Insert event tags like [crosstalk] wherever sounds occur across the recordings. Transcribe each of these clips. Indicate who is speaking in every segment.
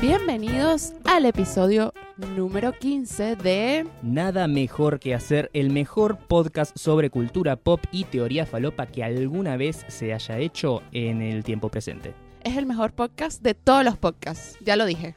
Speaker 1: Bienvenidos al episodio número 15 de...
Speaker 2: Nada mejor que hacer el mejor podcast sobre cultura pop y teoría falopa que alguna vez se haya hecho en el tiempo presente.
Speaker 1: Es el mejor podcast de todos los podcasts, ya lo dije.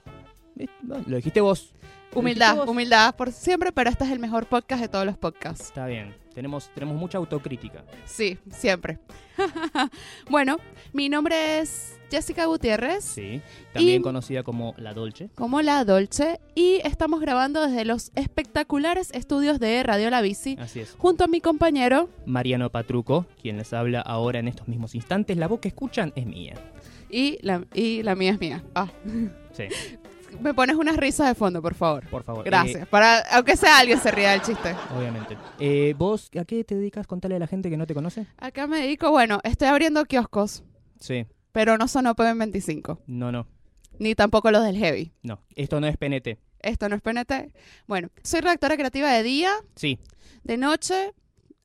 Speaker 2: Eh, bueno, Lo dijiste vos. Lo dijiste
Speaker 1: Humildad,
Speaker 2: vos.
Speaker 1: humildad por siempre, pero este es el mejor podcast de todos los podcasts.
Speaker 2: Está bien. Tenemos, tenemos mucha autocrítica.
Speaker 1: Sí, siempre. [laughs] bueno, mi nombre es Jessica Gutiérrez,
Speaker 2: Sí. También
Speaker 1: Y-
Speaker 2: conocida como La Dolce.
Speaker 1: como la Dolce, y estamos grabando desde los espectaculares estudios de Radio La Bici,
Speaker 2: Así es.
Speaker 1: junto a mi compañero
Speaker 2: Mariano Patruco, quien les habla ahora en estos mismos instantes. La voz que escuchan es mía.
Speaker 1: y la, y la mía es mía. Ah,
Speaker 2: Sí,
Speaker 1: me pones unas risas de fondo, por favor.
Speaker 2: por favor. Eh,
Speaker 1: Gracias. Para, aunque sea alguien se ría del chiste.
Speaker 2: obviamente. Eh, ¿Vos a qué te dedicas? Contale a la gente que no te conoce.
Speaker 1: Acá me dedico, bueno, estoy abriendo kioscos,
Speaker 2: Sí.
Speaker 1: pero no son Open 25,
Speaker 2: No, no.
Speaker 1: ni tampoco los del Heavy.
Speaker 2: No. Esto no es PNT.
Speaker 1: Esto no es PNT. Bueno, soy redactora creativa de día,
Speaker 2: Sí,
Speaker 1: de noche,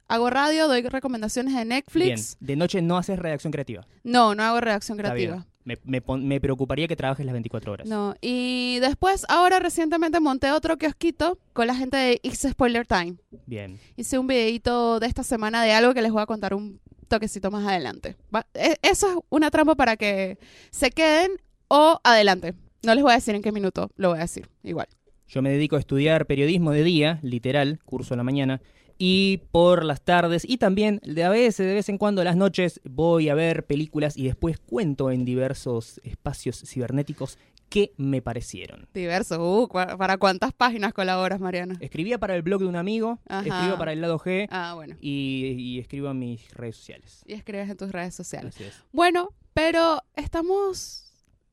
Speaker 1: hago radio, doy recomendaciones de Netflix.
Speaker 2: Bien, de noche no haces redacción creativa.
Speaker 1: No, no hago redacción
Speaker 2: Está
Speaker 1: creativa.
Speaker 2: bien. pues. Me, me pon- me preocuparía que trabajes las 24 horas.
Speaker 1: No, y después, ahora recientemente monté otro kiosquito con la gente de X Spoiler Time.
Speaker 2: Bien.
Speaker 1: Hice un videito de esta semana de algo que les voy a contar un toquecito más adelante. Va- e- Eso es una trampa para que se queden o adelante. No les voy a decir en qué minuto, lo voy a decir igual.
Speaker 2: Yo me dedico a estudiar periodismo de día, literal, curso a la mañana, y por las tardes, y también de a veces, de vez en cuando, a las noches, voy a ver películas y después cuento en diversos espacios cibernéticos qué me parecieron.
Speaker 1: Diverso. Uh, cua- ¿Para cuántas páginas colaboras, Mariana?
Speaker 2: Escribía para el blog de un amigo,
Speaker 1: Ajá.
Speaker 2: escribo para el lado G
Speaker 1: Ah, bueno.
Speaker 2: y, y escribo en mis redes sociales.
Speaker 1: Y escribes en tus redes sociales.
Speaker 2: Así es.
Speaker 1: Bueno, pero estamos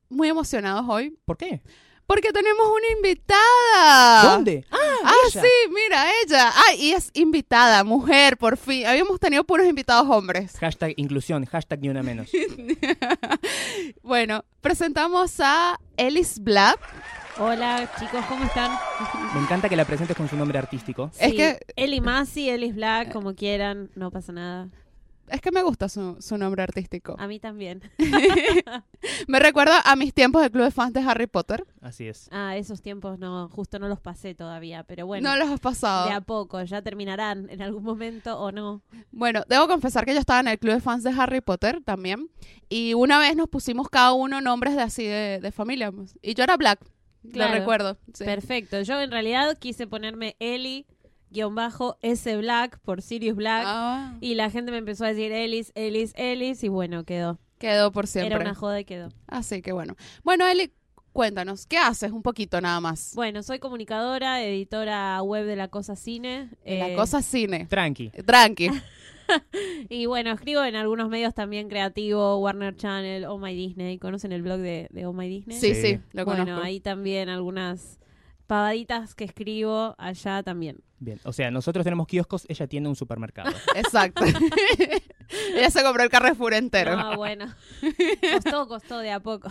Speaker 1: muy emocionados hoy
Speaker 2: ¿Por qué?
Speaker 1: porque tenemos una invitada.
Speaker 2: ¿Dónde? Ah,
Speaker 1: Ah,
Speaker 2: ella.
Speaker 1: sí, mira, ella. Ah, y es invitada, mujer, por fin. Habíamos tenido puros invitados hombres.
Speaker 2: Hashtag inclusión, hashtag ni una menos.
Speaker 1: [laughs] Bueno, presentamos a Ellis Black.
Speaker 3: Hola chicos, ¿cómo están?
Speaker 2: Me encanta que la presentes con su nombre artístico.
Speaker 1: Es
Speaker 3: Sí,
Speaker 1: que-
Speaker 3: Eli Masi, Elis Black, como quieran, no pasa nada.
Speaker 1: Es que me gusta su, su nombre artístico.
Speaker 3: A mí también. [laughs]
Speaker 1: Me recuerda a mis tiempos de club de fans de Harry Potter.
Speaker 2: Así es.
Speaker 3: Ah, esos tiempos no, justo no los pasé todavía, pero bueno,
Speaker 1: no los has pasado.
Speaker 3: de a poco, ya terminarán en algún momento o no.
Speaker 1: Bueno, debo confesar que yo estaba en el club de fans de Harry Potter también. Y una vez nos pusimos cada uno nombres de así de, de familia. pues. Y yo era Black,
Speaker 3: Claro.
Speaker 1: lo recuerdo. sí.
Speaker 3: Perfecto, yo en realidad quise ponerme Eli, guión bajo, S Black por Sirius Black.
Speaker 1: Ah,
Speaker 3: Y la gente me empezó a decir Elis, Elis, Elis, y bueno, quedó.
Speaker 1: quedó por siempre.
Speaker 3: Era una joda y quedó.
Speaker 1: Así que bueno. Bueno, Eli, cuéntanos, ¿qué haces? Un poquito nada más.
Speaker 3: Bueno, soy comunicadora, editora web de La Cosa Cine.
Speaker 1: La
Speaker 3: eh,
Speaker 1: cosa cine.
Speaker 2: Tranqui.
Speaker 3: [laughs]
Speaker 1: Tranqui.
Speaker 3: Y bueno, escribo en algunos medios también creativo, Warner Channel, Oh My Disney. ¿Conocen el blog de, de Oh My Disney?
Speaker 1: Sí, sí,
Speaker 2: Sí.
Speaker 1: lo
Speaker 3: bueno,
Speaker 1: conozco.
Speaker 3: ahí también algunas pavaditas que escribo allá también.
Speaker 2: Bien. O sea, nosotros tenemos kioscos, ella tiene un
Speaker 3: [laughs]
Speaker 2: supermercado.
Speaker 1: Exacto. [laughs] Ella se compró el Carrefour entero.
Speaker 3: Ah,
Speaker 1: [laughs]
Speaker 3: bueno. Costó, costó de a poco.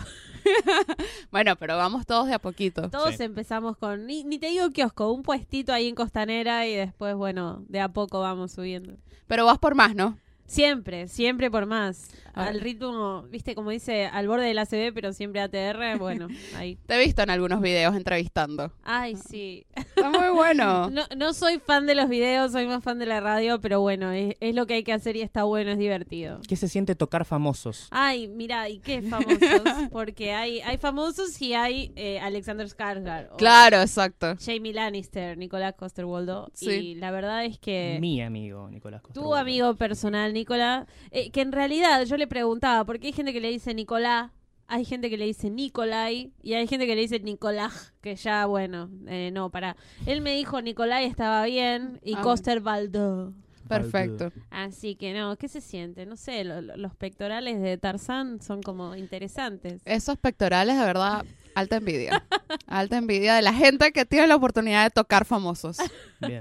Speaker 1: Bueno, pero vamos todos de a poquito.
Speaker 3: Todos
Speaker 2: Sí.
Speaker 3: empezamos con, ni, ni te digo kiosco, un puestito ahí en Costanera y después, bueno, de a poco vamos subiendo.
Speaker 1: Pero vas por más, ¿no?
Speaker 3: Siempre, siempre por más.
Speaker 1: Ah.
Speaker 3: Al ritmo, viste, como dice, al borde del ACB, pero siempre ATR,
Speaker 1: [laughs]
Speaker 3: bueno, ahí.
Speaker 1: Te he visto en algunos videos entrevistando.
Speaker 3: Ay, sí.
Speaker 1: Está muy
Speaker 3: [laughs]
Speaker 1: bueno.
Speaker 3: No, no soy fan de los videos, soy más fan de la radio, pero bueno, es, es lo que hay que hacer y está bueno, es divertido.
Speaker 2: ¿Qué se siente tocar famosos?
Speaker 3: Ay, mira, ¿y
Speaker 1: [laughs]
Speaker 3: qué famosos? Porque hay, hay famosos y hay eh, Alexander Skarsgård. o
Speaker 1: Claro, exacto.
Speaker 3: Jamie Lannister, Nicolás Coster-Waldau.
Speaker 1: Sí.
Speaker 3: Y la verdad es que...
Speaker 2: Mi amigo, Nicolás Costa.
Speaker 3: Eh, Tu amigo personal, Nicolás, eh, que en realidad yo le preguntaba, porque hay gente que le dice Nicolás, hay gente que le dice Nicolai y hay gente que le dice Nicolás, que ya, bueno, eh, no, para. Él me dijo Nicolai estaba bien y
Speaker 1: Ah.
Speaker 3: Coster Baldó.
Speaker 1: Perfecto.
Speaker 3: Así que no, ¿qué se siente? No sé, lo- lo- los pectorales de Tarzán son como interesantes.
Speaker 1: Esos pectorales, de verdad, alta envidia. Alta envidia de la gente que tiene la oportunidad de tocar
Speaker 3: [laughs]
Speaker 1: famosos.
Speaker 2: Bien.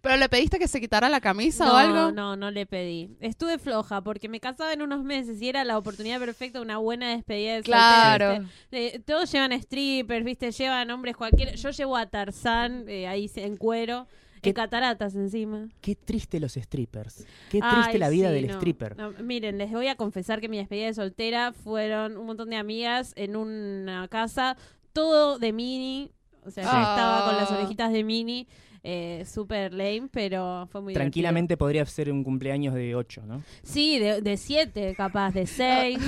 Speaker 1: Pero le pediste que se quitara la camisa
Speaker 3: no,
Speaker 1: o algo.
Speaker 3: no, no le pedí. Estuve floja porque me casaba en unos meses y era la oportunidad perfecta, una buena despedida de soltero, ¿viste?
Speaker 1: Claro.
Speaker 3: Eh, todos llevan strippers, viste, llevan hombres cualquiera. Yo llevo a Tarzán eh, ahí se- en cuero
Speaker 2: Qué-
Speaker 3: En cataratas encima.
Speaker 2: Qué triste los strippers. Qué triste
Speaker 3: Ay,
Speaker 2: la vida
Speaker 3: sí,
Speaker 2: del
Speaker 3: no.
Speaker 2: stripper.
Speaker 3: No, miren, les voy a confesar que mi despedida de soltera fueron un montón de amigas en una casa, todo de mini. O sea, yo
Speaker 1: Sí.
Speaker 3: estaba con las
Speaker 1: Ah.
Speaker 3: orejitas de mini, eh, súper lame, pero fue muy divertido.
Speaker 2: Tranquilamente podría ser un cumpleaños de 8, ¿no?
Speaker 3: Sí, de, de siete, capaz,
Speaker 1: [laughs]
Speaker 3: de seis.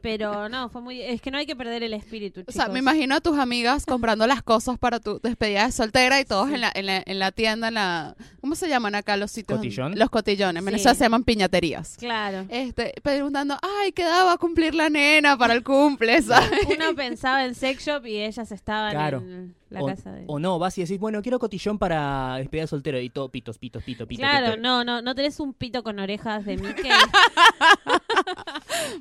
Speaker 3: pero no, fue muy. Es que no hay que perder el espíritu.
Speaker 1: O
Speaker 3: Chicos.
Speaker 1: sea, me imagino a tus
Speaker 3: [laughs]
Speaker 1: amigas comprando las cosas para tu despedida de soltera y todos en, la, en, la, en la tienda, en la... ¿Cómo se llaman acá los sitios?
Speaker 2: ¿Cotillón?
Speaker 1: Los cotillones. En
Speaker 3: Sí.
Speaker 1: Venezuela se llaman piñaterías.
Speaker 3: Claro.
Speaker 1: Este, preguntando, ay, ¿qué edad va a cumplir la nena para el cumple? [laughs] ¿sabes?
Speaker 3: Uno pensaba en sex shop y ellas estaban
Speaker 2: Claro.
Speaker 3: en la
Speaker 2: o,
Speaker 3: casa de.
Speaker 2: o no, vas y decís, bueno, quiero cotillón para despedida soltero. Y todo, pitos, pitos, pitos, pitos.
Speaker 3: Claro,
Speaker 2: pitos.
Speaker 3: no, no, no tenés un pito con orejas de Mickey.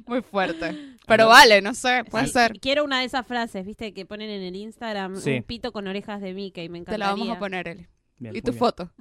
Speaker 1: Muy fuerte. Pero vale, no sé, [laughs] puede
Speaker 3: Sí,
Speaker 1: ser.
Speaker 3: Quiero una de esas frases, viste, que ponen en el Instagram,
Speaker 2: Sí.
Speaker 3: un pito con orejas de Mickey, me
Speaker 1: Te
Speaker 3: encantaría.
Speaker 1: la vamos a poner, Eli. Y
Speaker 2: Bien, muy
Speaker 1: tu
Speaker 2: bien.
Speaker 1: foto.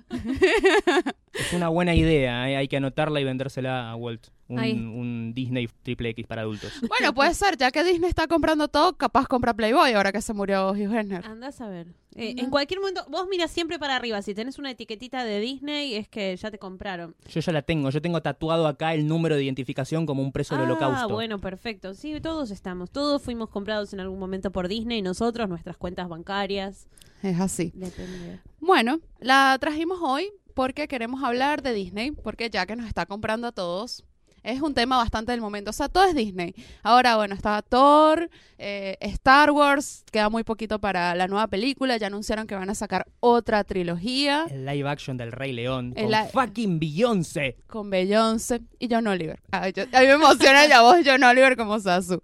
Speaker 2: Es una buena idea, ¿eh? hay que anotarla y vendérsela a Walt. Un,
Speaker 3: Ahí.
Speaker 2: un Disney triple X para adultos.
Speaker 1: Bueno, puede ser, ya que Disney está comprando todo, capaz compra Playboy ahora que se murió Hugh Hefner.
Speaker 3: Andás a ver. Eh,
Speaker 1: Andá.
Speaker 3: En cualquier momento, vos mirás siempre para arriba. Si tenés una etiquetita de Disney, es que ya te compraron.
Speaker 2: Yo ya la tengo, yo tengo tatuado acá el número de identificación como un preso
Speaker 3: ah,
Speaker 2: del holocausto.
Speaker 3: bueno, perfecto. Sí, todos estamos. Todos fuimos comprados en algún momento por Disney, nosotros, nuestras cuentas bancarias.
Speaker 1: Es así.
Speaker 3: Depende.
Speaker 1: Bueno, la trajimos hoy porque queremos hablar de Disney, porque ya que nos está comprando a todos, es un tema bastante del momento. O sea, todo es Disney. Ahora, bueno, está Thor, eh, Star Wars, queda muy poquito para la nueva película. Ya anunciaron que van a sacar otra trilogía
Speaker 2: El live action del Rey León.
Speaker 1: El
Speaker 2: con
Speaker 1: la-
Speaker 2: fucking Beyoncé.
Speaker 1: con Beyoncé y John Oliver. Ay, yo- a mí me emociona la voz de John Oliver como Sasu.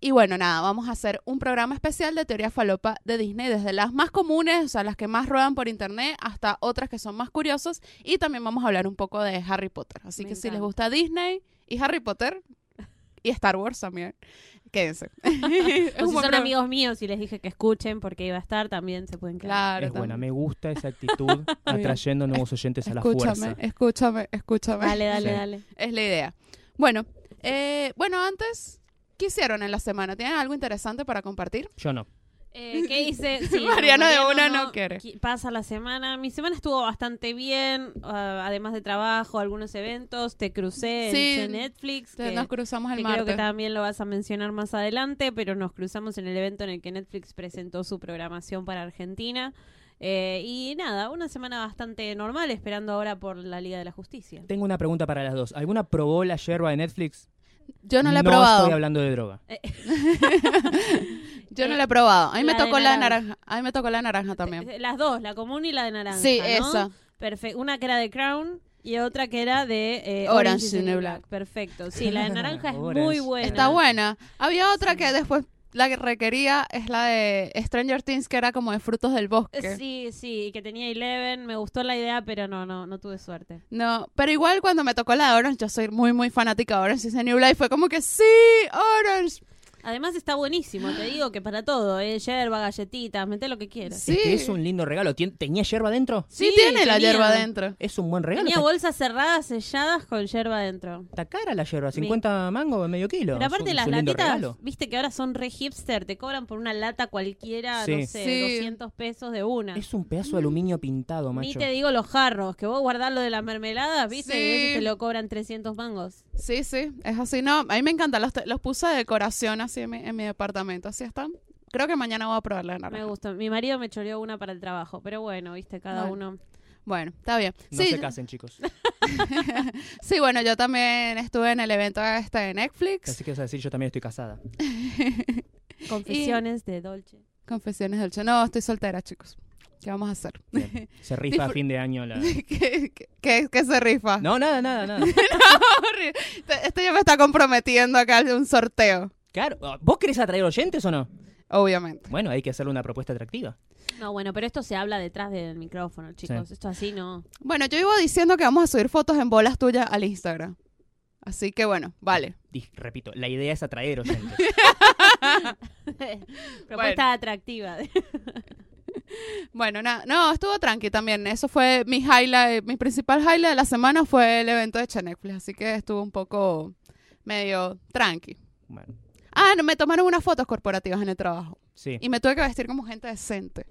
Speaker 1: Y bueno, nada, vamos a hacer un programa especial de teoría falopa de Disney, desde las más comunes, o sea, las que más ruedan por internet, hasta otras que son más curiosas. Y también vamos a hablar un poco de Harry Potter. Así
Speaker 3: Me
Speaker 1: que si les
Speaker 3: encanta.
Speaker 1: gusta Disney y Harry Potter y Star Wars también,
Speaker 3: [laughs]
Speaker 1: quédense. Es
Speaker 3: O
Speaker 1: un
Speaker 3: Pues si
Speaker 1: buen
Speaker 3: son
Speaker 1: programa.
Speaker 3: amigos míos y les dije que escuchen porque iba a estar, también se pueden quedar.
Speaker 1: Claro,
Speaker 2: es buena,
Speaker 1: también.
Speaker 2: me gusta esa actitud atrayendo nuevos oyentes a la
Speaker 1: Escúchame,
Speaker 2: fuerza.
Speaker 1: escúchame, escúchame.
Speaker 3: Dale, dale,
Speaker 2: Sí.
Speaker 3: dale.
Speaker 1: Es la idea. Bueno, eh, bueno, antes, ¿qué hicieron en la semana? ¿Tienen algo interesante para compartir?
Speaker 2: Yo no.
Speaker 3: Eh, [laughs] ¿Qué hice? Sí,
Speaker 1: [laughs]
Speaker 3: no,
Speaker 1: Mariano de una no quiere.
Speaker 3: qui- Pasa la semana. Mi semana estuvo bastante bien, ah, además de trabajo, algunos eventos. Te crucé en-
Speaker 1: Sí,
Speaker 3: en Netflix.
Speaker 1: Entonces,
Speaker 3: que-
Speaker 1: Nos cruzamos
Speaker 3: que
Speaker 1: el
Speaker 3: creo que
Speaker 1: martes.
Speaker 3: también lo vas a mencionar más adelante, pero nos cruzamos en el evento en el que Netflix presentó su programación para Argentina. Eh, y nada, una semana bastante normal, esperando ahora por la Liga de la Justicia.
Speaker 2: Tengo una pregunta para las dos. ¿Alguna probó la yerba de Netflix?
Speaker 1: Yo no la he probado.
Speaker 2: estoy hablando de droga.
Speaker 1: Yo no la he probado. A mí me
Speaker 3: La de
Speaker 1: tocó la
Speaker 3: naranja.
Speaker 1: naranja. A mí me tocó la naranja también.
Speaker 3: Eh, Las dos, la común y la de naranja.
Speaker 1: Sí,
Speaker 3: ¿no?
Speaker 1: esa.
Speaker 3: Perfecto. Una que era de Crown y otra que era de eh,
Speaker 1: Orange
Speaker 3: is the
Speaker 1: is the
Speaker 3: New
Speaker 1: Black. [laughs]
Speaker 3: Perfecto. Sí, la de naranja es
Speaker 2: Orange.
Speaker 3: muy buena.
Speaker 1: Está buena. Había otra
Speaker 3: Sí.
Speaker 1: que después la que requería es la de Stranger Things que era como de frutos del bosque.
Speaker 3: Eh, Sí, sí, que tenía Eleven. Me gustó la idea, pero no, no, no tuve suerte.
Speaker 1: No, pero igual cuando me tocó la de Orange, yo soy muy muy fanática de Orange is the New Black, fue como que sí, Orange.
Speaker 3: Además está buenísimo, te digo que para todo, ¿eh? Yerba, galletitas, mete lo que quieras.
Speaker 1: Sí.
Speaker 2: Es que es un lindo regalo. ¿Tien- ¿Tenía yerba dentro?
Speaker 1: Sí,
Speaker 3: Sí,
Speaker 1: tiene la
Speaker 3: tenía.
Speaker 1: hierba adentro.
Speaker 2: Es un buen regalo.
Speaker 3: Tenía
Speaker 2: Está-
Speaker 3: bolsas cerradas, selladas con yerba adentro.
Speaker 2: Está cara la yerba,
Speaker 3: Mi-
Speaker 2: 50 mangos, medio kilo.
Speaker 3: Pero
Speaker 2: Es
Speaker 3: aparte
Speaker 2: un-
Speaker 3: las
Speaker 2: es un lindo
Speaker 3: latitas,
Speaker 2: regalo.
Speaker 3: viste que ahora son re hipster, te cobran por una lata cualquiera,
Speaker 2: Sí.
Speaker 3: no sé,
Speaker 1: Sí.
Speaker 3: 200 pesos de una.
Speaker 2: Es un pedazo de aluminio pintado, macho.
Speaker 3: Ni te digo los jarros, que vos guardás lo de las mermeladas, viste,
Speaker 1: Sí.
Speaker 3: y eso te lo cobran 300 mangos.
Speaker 1: Sí, sí, es así. No, a mí me encanta. Los, te- los puse de decoración así en mi, en mi departamento. Así están. Creo que mañana voy a probar la naranja.
Speaker 3: Me gusta. Mi marido me choreó una para el trabajo, pero bueno, viste, cada
Speaker 1: Bueno.
Speaker 3: uno.
Speaker 1: Bueno, está bien.
Speaker 2: No
Speaker 1: sí,
Speaker 2: se casen, chicos.
Speaker 1: sí, bueno, yo también estuve en el evento este de Netflix.
Speaker 2: Así que vas a decir, yo también estoy casada.
Speaker 3: Confesiones de Dolce.
Speaker 1: Confesiones del Che. No, estoy soltera, chicos. ¿Qué vamos a hacer?
Speaker 2: Bien. Se rifa a
Speaker 1: Disfr-
Speaker 2: fin de año la...
Speaker 1: [laughs] ¿Qué, qué- qué- qué se rifa?
Speaker 2: Ah. [laughs]
Speaker 1: [laughs]
Speaker 2: No, nada, nada, nada.
Speaker 1: Este- Este ya me está comprometiendo acá de un sorteo,
Speaker 2: Claro, ¿vos querés atraer oyentes o no?
Speaker 1: obviamente.
Speaker 2: Bueno, hay que hacerle una propuesta atractiva.
Speaker 3: No, bueno, pero esto se habla detrás del micrófono, chicos. Esto así no. [laughs]
Speaker 1: Bueno, yo iba diciendo que vamos a subir fotos en bolas tuyas al Instagram. Así que bueno, vale.
Speaker 2: Dis- repito, la idea es atraer oyentes.
Speaker 3: [laughs] Propuesta atractiva.
Speaker 1: Bueno, nada, no, estuvo tranqui también. Eso fue mi highlight, mi principal highlight de la semana fue el evento de Che Netflix, así que estuvo un poco medio tranqui.
Speaker 2: Bueno,
Speaker 1: Ah, no, me tomaron unas fotos corporativas en el trabajo
Speaker 2: sí.
Speaker 1: y me tuve que vestir como gente decente.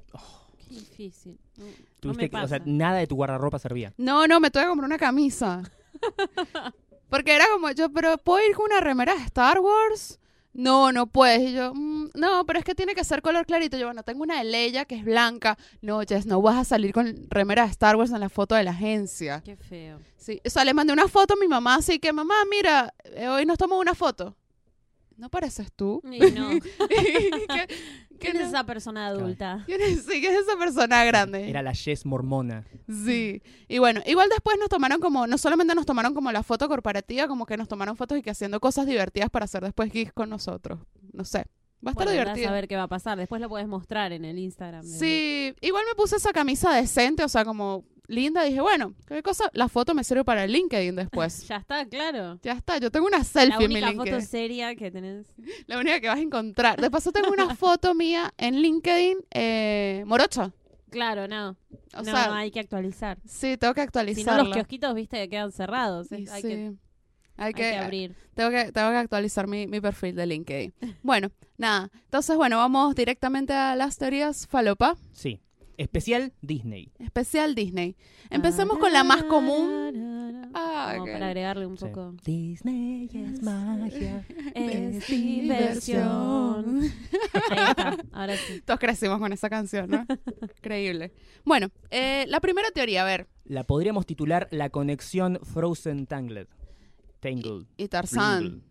Speaker 3: Difícil. Mm, No, no
Speaker 2: Tuviste
Speaker 3: me
Speaker 2: que- o sea,
Speaker 3: pasa.
Speaker 2: nada de tu guardarropa servía.
Speaker 1: No, no, me tuve que comprar una camisa. [laughs] Porque era como yo, pero ¿puedo ir con una remera de Star Wars? No, no puedes. Y yo, "Mm, no, pero es que tiene que ser color clarito. Yo, bueno, tengo una de Leia que es blanca. No, Jess, no vas a salir con remera de Star Wars en la foto de la agencia.
Speaker 3: Qué feo.
Speaker 1: Sí. O sea, le mandé una foto a mi mamá, así que, mamá, mira, eh, hoy nos tomamos una foto. ¿No pareces tú?
Speaker 3: [laughs]
Speaker 1: [laughs]
Speaker 3: Y no.
Speaker 1: ¿Qué, qué
Speaker 3: ¿Quién
Speaker 1: no?
Speaker 3: es esa persona adulta?
Speaker 1: [laughs] ¿Quién es- sí, ¿quién es esa persona grande?
Speaker 2: Era la Jess mormona.
Speaker 1: Sí, y bueno, igual después nos tomaron como, no solamente nos tomaron como la foto corporativa, como que nos tomaron fotos y que haciendo cosas divertidas para hacer después gigs con nosotros. No sé, va a estar
Speaker 3: Bueno, andá a
Speaker 1: divertido.
Speaker 3: saber qué va a pasar. Después lo puedes mostrar en el Instagram. de-
Speaker 1: Sí, igual me puse esa camisa decente, o sea, como linda, dije, bueno, qué cosa, la foto me sirve para el LinkedIn
Speaker 3: [laughs]
Speaker 1: después.
Speaker 3: Ya está, claro.
Speaker 1: ya está, yo tengo una
Speaker 3: La
Speaker 1: selfie en mi
Speaker 3: única
Speaker 1: LinkedIn.
Speaker 3: foto seria que tenés.
Speaker 1: La única que vas a encontrar. De paso tengo una foto mía en LinkedIn eh, morocha.
Speaker 3: Claro, no.
Speaker 1: O
Speaker 3: no,
Speaker 1: sea,
Speaker 3: no, hay que actualizar.
Speaker 1: sí, tengo que
Speaker 3: Si no,
Speaker 1: actualizarla.
Speaker 3: los kiosquitos, viste, que quedan cerrados.
Speaker 1: Y
Speaker 3: Es- hay,
Speaker 1: sí,
Speaker 3: que, hay que abrir.
Speaker 1: Tengo que, tengo que actualizar mi, mi perfil de LinkedIn. Bueno, nada. Entonces, bueno, vamos directamente a las teorías falopa,
Speaker 2: Sí. Especial Disney.
Speaker 1: especial Disney. Empecemos con la más común. Ah,
Speaker 3: Como
Speaker 1: ok.
Speaker 3: para agregarle un
Speaker 2: Sí.
Speaker 3: poco.
Speaker 2: Disney
Speaker 3: [laughs]
Speaker 2: es magia.
Speaker 3: Es diversión. Ahí está, ahora sí.
Speaker 1: Todos crecimos con esa canción,
Speaker 3: [laughs]
Speaker 1: ¿no? Increíble. Bueno, eh, la primera teoría, a ver.
Speaker 2: La podríamos titular La conexión Frozen Tangled. Tangled.
Speaker 1: Y Tarzán,
Speaker 2: Tangled.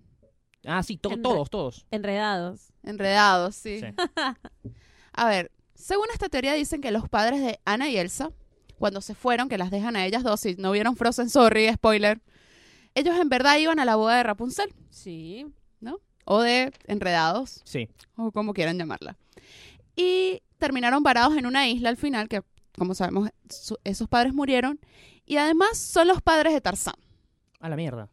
Speaker 2: Ah, sí, to-
Speaker 3: En re-
Speaker 2: todos, todos.
Speaker 3: Enredados.
Speaker 1: enredados, sí.
Speaker 2: Sí.
Speaker 1: A ver, según esta teoría dicen que los padres de Ana y Elsa, cuando se fueron, que las dejan a ellas dos y no vieron Frozen, sorry, spoiler, ellos en verdad iban a la boda de Rapunzel.
Speaker 3: Sí.
Speaker 1: o de enredados,
Speaker 2: Sí.
Speaker 1: o como quieran llamarla. Y terminaron varados en una isla al final, que como sabemos, su- esos padres murieron. Y además son los padres de Tarzán,
Speaker 2: A la mierda.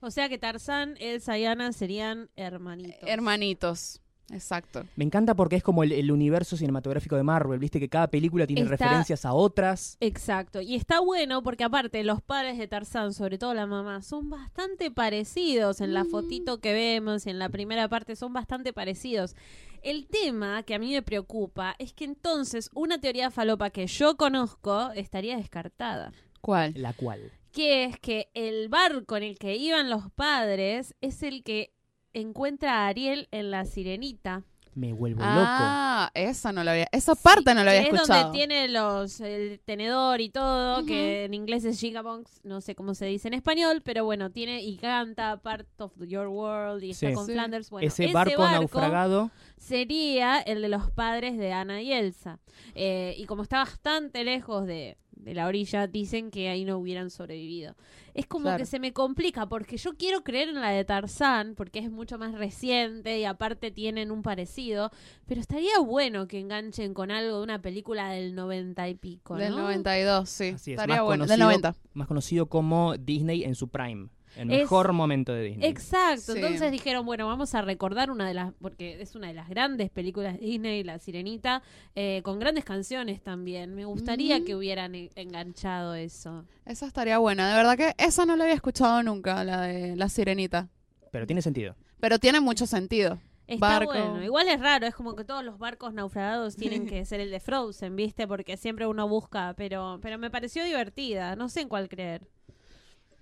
Speaker 3: O sea que Tarzán, Elsa y Ana serían hermanitos.
Speaker 1: hermanitos. Exacto.
Speaker 2: Me encanta porque es como el, el universo cinematográfico de Marvel, viste que cada película tiene
Speaker 3: Está-
Speaker 2: referencias a otras.
Speaker 3: Exacto. Y está bueno porque aparte los padres de Tarzán, sobre todo la mamá, son bastante parecidos en la
Speaker 1: Mm.
Speaker 3: fotito que vemos y en la primera parte son bastante parecidos. El tema que a mí me preocupa es que entonces una teoría falopa que yo conozco estaría descartada.
Speaker 1: ¿Cuál?
Speaker 2: La cual.
Speaker 3: que es que el barco en el que iban los padres es el que encuentra a Ariel en la sirenita.
Speaker 2: Me vuelvo
Speaker 1: Ah, esa no la había, esa parte no la había
Speaker 3: que es
Speaker 1: escuchado.
Speaker 3: donde tiene los el tenedor y todo,
Speaker 1: Ujú.
Speaker 3: que en inglés es gigabongs, no sé cómo se dice en español, pero bueno, tiene y canta Part of Your World y está
Speaker 2: Sí.
Speaker 3: con
Speaker 1: Sí.
Speaker 3: Flanders.
Speaker 2: loco.
Speaker 3: Bueno,
Speaker 2: ese, barco naufragado.
Speaker 3: sería el de los padres de Ana y Elsa. Eh, y como está bastante lejos de, de la orilla, dicen que ahí no hubieran sobrevivido. Es como
Speaker 1: Claro.
Speaker 3: que se me complica, porque yo quiero creer en la de Tarzán, porque es mucho más reciente y aparte tienen un parecido, pero estaría bueno que enganchen con algo de una película del noventa y pico,
Speaker 1: Del
Speaker 3: ¿no?
Speaker 1: 92, sí.
Speaker 2: Así es,
Speaker 1: Estaría
Speaker 2: más
Speaker 1: bueno. Del
Speaker 2: conocido-
Speaker 1: 90.
Speaker 2: Más conocido como Disney en su prime. El
Speaker 3: Es-
Speaker 2: mejor momento de Disney.
Speaker 3: Exacto,
Speaker 1: Sí.
Speaker 3: entonces dijeron, bueno, vamos a recordar una de las, porque es una de las grandes películas de Disney, La Sirenita, eh, con grandes canciones también. Me gustaría
Speaker 1: Ujú.
Speaker 3: que hubieran e- enganchado eso.
Speaker 1: Esa estaría buena. De verdad que esa no la había escuchado nunca, la de la sirenita.
Speaker 2: Pero tiene sentido.
Speaker 1: Pero tiene mucho sentido.
Speaker 3: Está
Speaker 1: Barco.
Speaker 3: bueno, igual es raro, es como que todos los barcos naufragados tienen
Speaker 1: [laughs]
Speaker 3: que ser el de Frozen, ¿viste? Porque siempre uno busca, pero, pero me pareció divertida, no sé en cuál creer.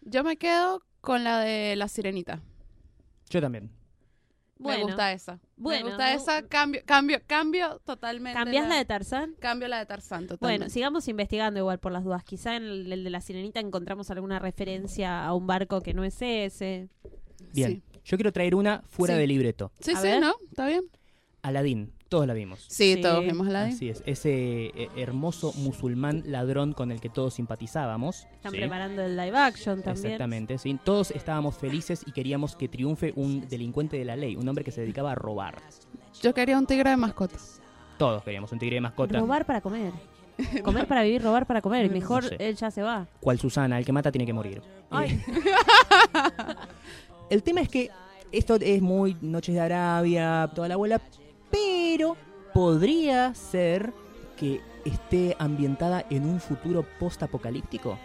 Speaker 1: Yo me quedo con la de la sirenita.
Speaker 2: Yo también.
Speaker 1: me
Speaker 3: Bueno,
Speaker 1: gusta esa.
Speaker 3: bueno,
Speaker 1: me gusta
Speaker 3: me gu-
Speaker 1: esa. Cambio, cambio, cambio totalmente.
Speaker 3: ¿cambiás la de Tarzán?
Speaker 1: Cambio la de Tarzán totalmente.
Speaker 3: Bueno, sigamos investigando igual por las dudas. Quizá en el, el de la sirenita encontramos alguna referencia a un barco que no es ese.
Speaker 2: Bien. Yo quiero traer una fuera
Speaker 1: Sí.
Speaker 2: de libreto.
Speaker 1: Sí, sí,
Speaker 3: A ver.
Speaker 1: ¿no? ¿Está bien?
Speaker 2: Aladdin. Todos la vimos.
Speaker 1: Sí,
Speaker 3: Sí.
Speaker 1: todos vimos la de.
Speaker 2: Así es. Ese eh, hermoso musulmán ladrón con el que todos simpatizábamos.
Speaker 3: Están
Speaker 2: Sí.
Speaker 3: preparando el live action también.
Speaker 2: Exactamente, sí. Todos estábamos felices y queríamos que triunfe un delincuente de la ley, un hombre que se dedicaba a robar.
Speaker 1: Yo quería un tigre de mascota.
Speaker 2: Todos queríamos un tigre de mascota.
Speaker 3: Robar para [laughs] comer. Comer para vivir, robar para comer.
Speaker 2: No
Speaker 3: Mejor
Speaker 2: sé.
Speaker 3: él ya se va.
Speaker 2: Cual Susana, el que mata tiene que morir. Eh,
Speaker 3: [laughs]
Speaker 2: el tema es que esto es muy Noches de Arabia, toda la bola, pero podría ser que esté ambientada en un futuro post-apocalíptico.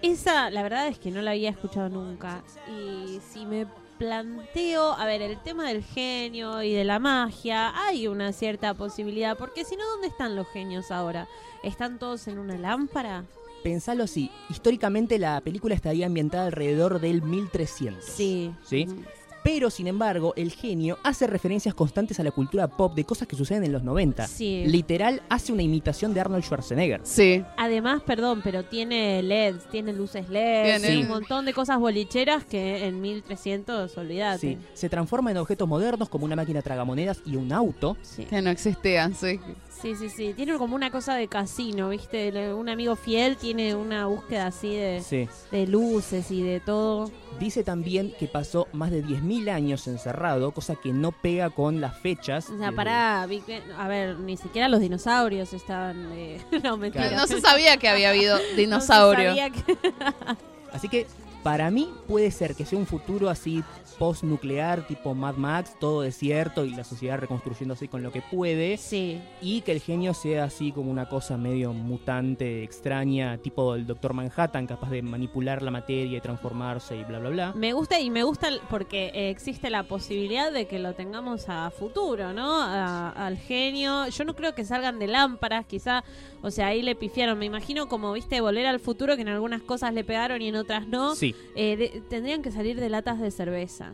Speaker 3: Esa, la verdad es que no la había escuchado nunca. Y si me planteo, a ver, el tema del genio y de la magia, hay una cierta posibilidad, porque si no, ¿dónde están los genios ahora? ¿Están todos en una lámpara?
Speaker 2: Pensalo así, históricamente la película estaría ambientada alrededor del 1300.
Speaker 3: Sí.
Speaker 2: ¿Sí?
Speaker 1: Ujú.
Speaker 2: Pero, sin embargo, el genio hace referencias constantes a la cultura pop de cosas que suceden en los 90.
Speaker 3: Sí.
Speaker 2: Literal, hace una imitación de Arnold Schwarzenegger.
Speaker 1: Sí.
Speaker 3: Además, perdón, pero tiene LEDs, tiene luces LEDs,
Speaker 1: Tiene-
Speaker 3: y un montón de cosas bolicheras que en 1300, olvidate.
Speaker 2: Sí. Se transforma en objetos modernos como una máquina tragamonedas y un auto.
Speaker 3: Sí.
Speaker 1: Que no existían, sí.
Speaker 3: Sí, sí, sí. Tiene como una cosa de casino, ¿viste? Le- Un amigo fiel tiene una búsqueda así de,
Speaker 2: Sí.
Speaker 3: de luces y de todo.
Speaker 2: Dice también que pasó más de 10.000 años encerrado, cosa que no pega con las fechas.
Speaker 3: O sea,
Speaker 2: Eh,
Speaker 3: pará, Big Ben- a ver, ni siquiera los dinosaurios estaban... eh, [laughs] no, mentira.
Speaker 1: No, no se sabía que había habido
Speaker 3: [laughs] No se
Speaker 1: dinosaurio.
Speaker 3: sabía que- [laughs]
Speaker 2: Así que, para mí, puede ser que sea un futuro así post-nuclear, tipo Mad Max, todo desierto y la sociedad reconstruyéndose con lo que puede.
Speaker 3: Sí,
Speaker 2: Y que el genio sea así como una cosa medio mutante, extraña, tipo el Doctor Manhattan, capaz de manipular la materia y transformarse y bla, bla, bla.
Speaker 3: me gusta y me gusta l- porque eh, existe la posibilidad de que lo tengamos a futuro, ¿no? A- al genio. Yo no creo que salgan de lámparas, quizá, o sea, ahí le pifiaron. Me imagino como, viste, volver al futuro, que en algunas cosas le pegaron y en otras no.
Speaker 2: Sí,
Speaker 3: Eh, de- tendrían que salir de latas de cerveza.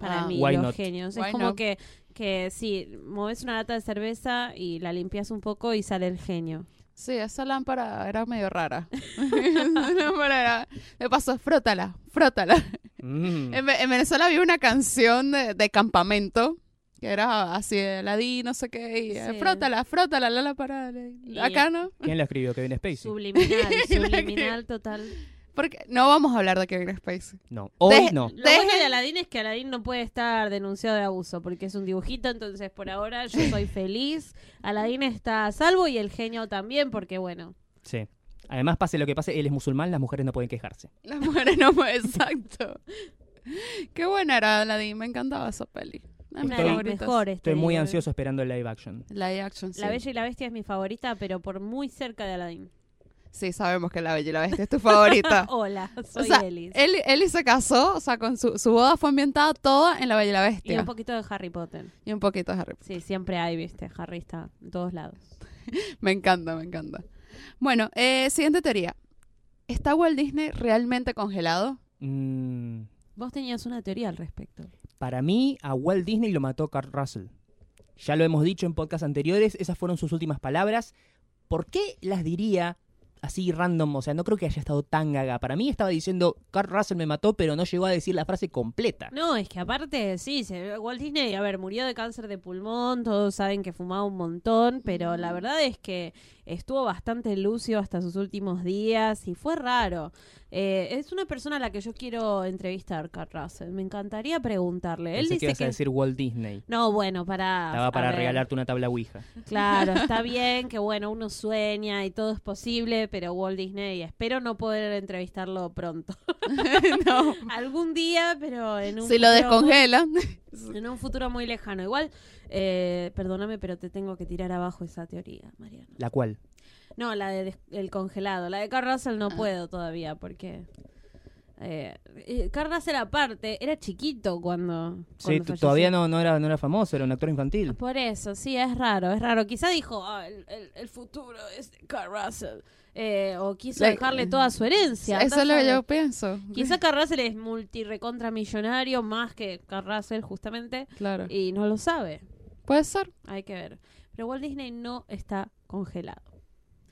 Speaker 3: Para
Speaker 1: Ah.
Speaker 3: mí,
Speaker 2: Why
Speaker 3: los
Speaker 2: not?
Speaker 3: genios.
Speaker 1: Why
Speaker 3: es como
Speaker 1: not?
Speaker 3: que, que sí, mueves una lata de cerveza y la limpias un poco y sale el genio.
Speaker 1: Sí, esa lámpara era medio rara. [laughs] esa lámpara era... De paso, frótala, frótala.
Speaker 2: Mm.
Speaker 1: En, Ve- en Venezuela había una canción de, de campamento que era así de ladí, no sé qué, y eh,
Speaker 3: Sí.
Speaker 1: frótala, frótala, la lámpara. de-
Speaker 3: Y-
Speaker 1: Acá no.
Speaker 2: ¿Quién la escribió? Kevin Spacey.
Speaker 1: [laughs]
Speaker 3: Subliminal,
Speaker 1: La que-
Speaker 3: subliminal total.
Speaker 1: Porque no vamos a hablar de Kevin Spacey.
Speaker 2: No, hoy
Speaker 1: De-
Speaker 2: no.
Speaker 3: Lo
Speaker 1: Dejen-
Speaker 3: bueno de Aladín es que Aladín no puede estar denunciado de abuso porque es un dibujito, entonces por ahora yo soy feliz. Aladín está a salvo y el genio también, porque bueno.
Speaker 2: Sí. Además, pase lo que pase, él es musulmán, las mujeres no pueden quejarse.
Speaker 1: Las [laughs] mujeres no mu- exacto. Qué buena era Aladdin, me encantaba esa peli. Una de mis
Speaker 3: Una de las
Speaker 1: favoritas.
Speaker 3: mejores. te
Speaker 2: Estoy muy
Speaker 3: digo, eh.
Speaker 2: ansioso esperando el live action.
Speaker 1: Live action, sí.
Speaker 3: La Bella y la Bestia es mi favorita, pero por muy cerca de Aladín.
Speaker 1: Sí, sabemos que La Bella y la Bestia es tu
Speaker 3: [laughs]
Speaker 1: favorita.
Speaker 3: Ah, Hola, soy
Speaker 1: sea,
Speaker 3: Elis.
Speaker 1: Él, Ellie se casó, o sea, con su, su boda fue ambientada toda en La Bella y la
Speaker 3: Y
Speaker 1: Bestia.
Speaker 3: un poquito de Harry Potter.
Speaker 1: Y un poquito de Harry Potter.
Speaker 3: Sí, siempre hay, viste. Harry está en todos lados.
Speaker 1: Me encanta, me encanta. Bueno, eh, siguiente teoría. ¿Está Walt Disney realmente congelado? [laughs]
Speaker 2: Mm,
Speaker 3: Vos tenías una teoría al respecto.
Speaker 2: para mí, a Walt Disney lo mató Carl Russell. Ya lo hemos dicho en podcasts anteriores, esas fueron sus últimas palabras. ¿Por qué las diría así random? O sea, no creo que haya estado tan gaga. Para mí estaba diciendo, Carl Russell me mató, pero no llegó a decir la frase completa.
Speaker 3: No, es que aparte, sí, se- Walt Disney, a ver, murió de cáncer de pulmón, todos saben que fumaba un montón, pero la verdad es que estuvo bastante lúcido hasta sus últimos días y fue raro. Eh, es una persona a la que yo quiero entrevistar, Carl Russell. Me encantaría preguntarle. Él
Speaker 2: Pensé que
Speaker 3: dice
Speaker 2: ibas a
Speaker 3: que... Ah,
Speaker 2: decir Walt Disney.
Speaker 3: No, bueno, para...
Speaker 2: Estaba para
Speaker 3: regalar
Speaker 2: regalarte una tabla Ouija.
Speaker 3: Claro, está bien que bueno, uno sueña y todo es posible, pero Walt Disney, espero no poder entrevistarlo pronto. [laughs]
Speaker 1: no.
Speaker 3: Algún día, pero en un
Speaker 1: Si lo
Speaker 3: futuro
Speaker 1: [laughs]
Speaker 3: muy-
Speaker 1: descongelan.
Speaker 3: en un futuro muy lejano. Igual, eh, perdóname, pero te tengo que tirar abajo esa teoría, Mariano.
Speaker 2: La cual.
Speaker 3: No, la de des- el congelado, la de Carl Russell no puedo todavía porque eh, eh, Carl Russell aparte era chiquito
Speaker 2: Sí,
Speaker 3: cuando, cuando
Speaker 2: t-
Speaker 3: falleció.
Speaker 2: todavía no, no, era, no era famoso, era un actor infantil.
Speaker 3: Por eso, sí, es raro, es raro. Quizá dijo, "Ah, el, el- el futuro es de Carl Russell. Eh, o quiso
Speaker 1: La-
Speaker 3: dejarle toda su herencia.
Speaker 1: Eso es lo
Speaker 3: Andá a
Speaker 1: que yo
Speaker 3: saber.
Speaker 1: pienso.
Speaker 3: Quizá Carl Russell es multirecontramillonario más que Carl Russell, justamente,
Speaker 1: Claro.
Speaker 3: y no lo sabe.
Speaker 1: Puede ser.
Speaker 3: Hay que ver. Pero Walt Disney no está congelado.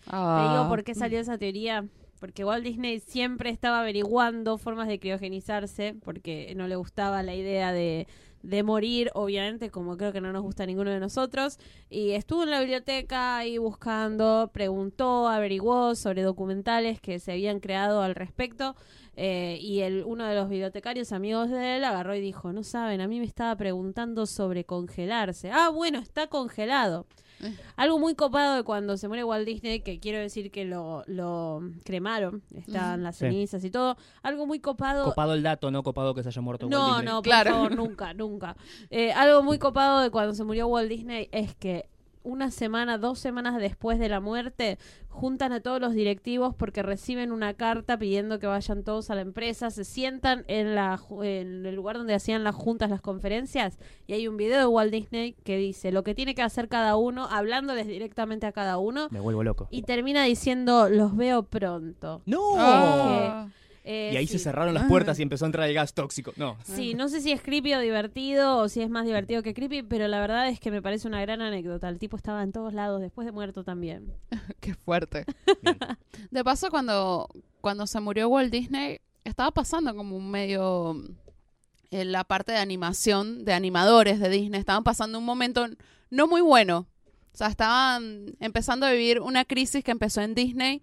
Speaker 3: Te
Speaker 1: Ah.
Speaker 3: digo por qué salió esa teoría. Porque Walt Disney siempre estaba averiguando formas de criogenizarse, porque no le gustaba la idea de, de morir, obviamente, como creo que no nos gusta a ninguno de nosotros. Y estuvo en la biblioteca ahí buscando, preguntó, averiguó sobre documentales que se habían creado al respecto. eh, y el, uno de los bibliotecarios amigos de él agarró y dijo, no saben, a mí me estaba preguntando sobre congelarse. Ah, bueno, está congelado. Algo muy copado de cuando se muere Walt Disney, que quiero decir que lo, lo cremaron, están las
Speaker 2: Sí.
Speaker 3: cenizas y todo. Algo muy copado.
Speaker 2: Copado el dato, no copado que se haya muerto Walt
Speaker 3: no,
Speaker 2: Disney.
Speaker 3: no, por
Speaker 1: Claro.
Speaker 3: favor, nunca, nunca. Eh, algo muy copado de cuando se murió Walt Disney es que una semana, dos semanas después de la muerte, juntan a todos los directivos porque reciben una carta pidiendo que vayan todos a la empresa, se sientan en, la, ju- en el lugar donde hacían las juntas, las conferencias, y hay un video de Walt Disney que dice lo que tiene que hacer cada uno, hablándoles directamente a cada uno,
Speaker 2: Me vuelvo loco.
Speaker 3: y termina diciendo, los veo pronto.
Speaker 2: ¡No!
Speaker 1: Ah.
Speaker 3: Eh,
Speaker 2: Y ahí se
Speaker 3: sí.
Speaker 2: cerraron las
Speaker 1: Ah.
Speaker 2: puertas y empezó a entrar el gas tóxico. No.
Speaker 3: Sí, no sé si es creepy o divertido o si es más divertido que creepy, pero la verdad es que me parece una gran anécdota. El tipo estaba en todos lados después de muerto también.
Speaker 1: Qué fuerte.
Speaker 3: [laughs]
Speaker 2: Bien.
Speaker 1: De paso, cuando, cuando se murió Walt Disney, estaba pasando como un medio en la parte de animación, de animadores de Disney, estaban pasando un momento no muy bueno. O sea, estaban empezando a vivir una crisis que empezó en Disney.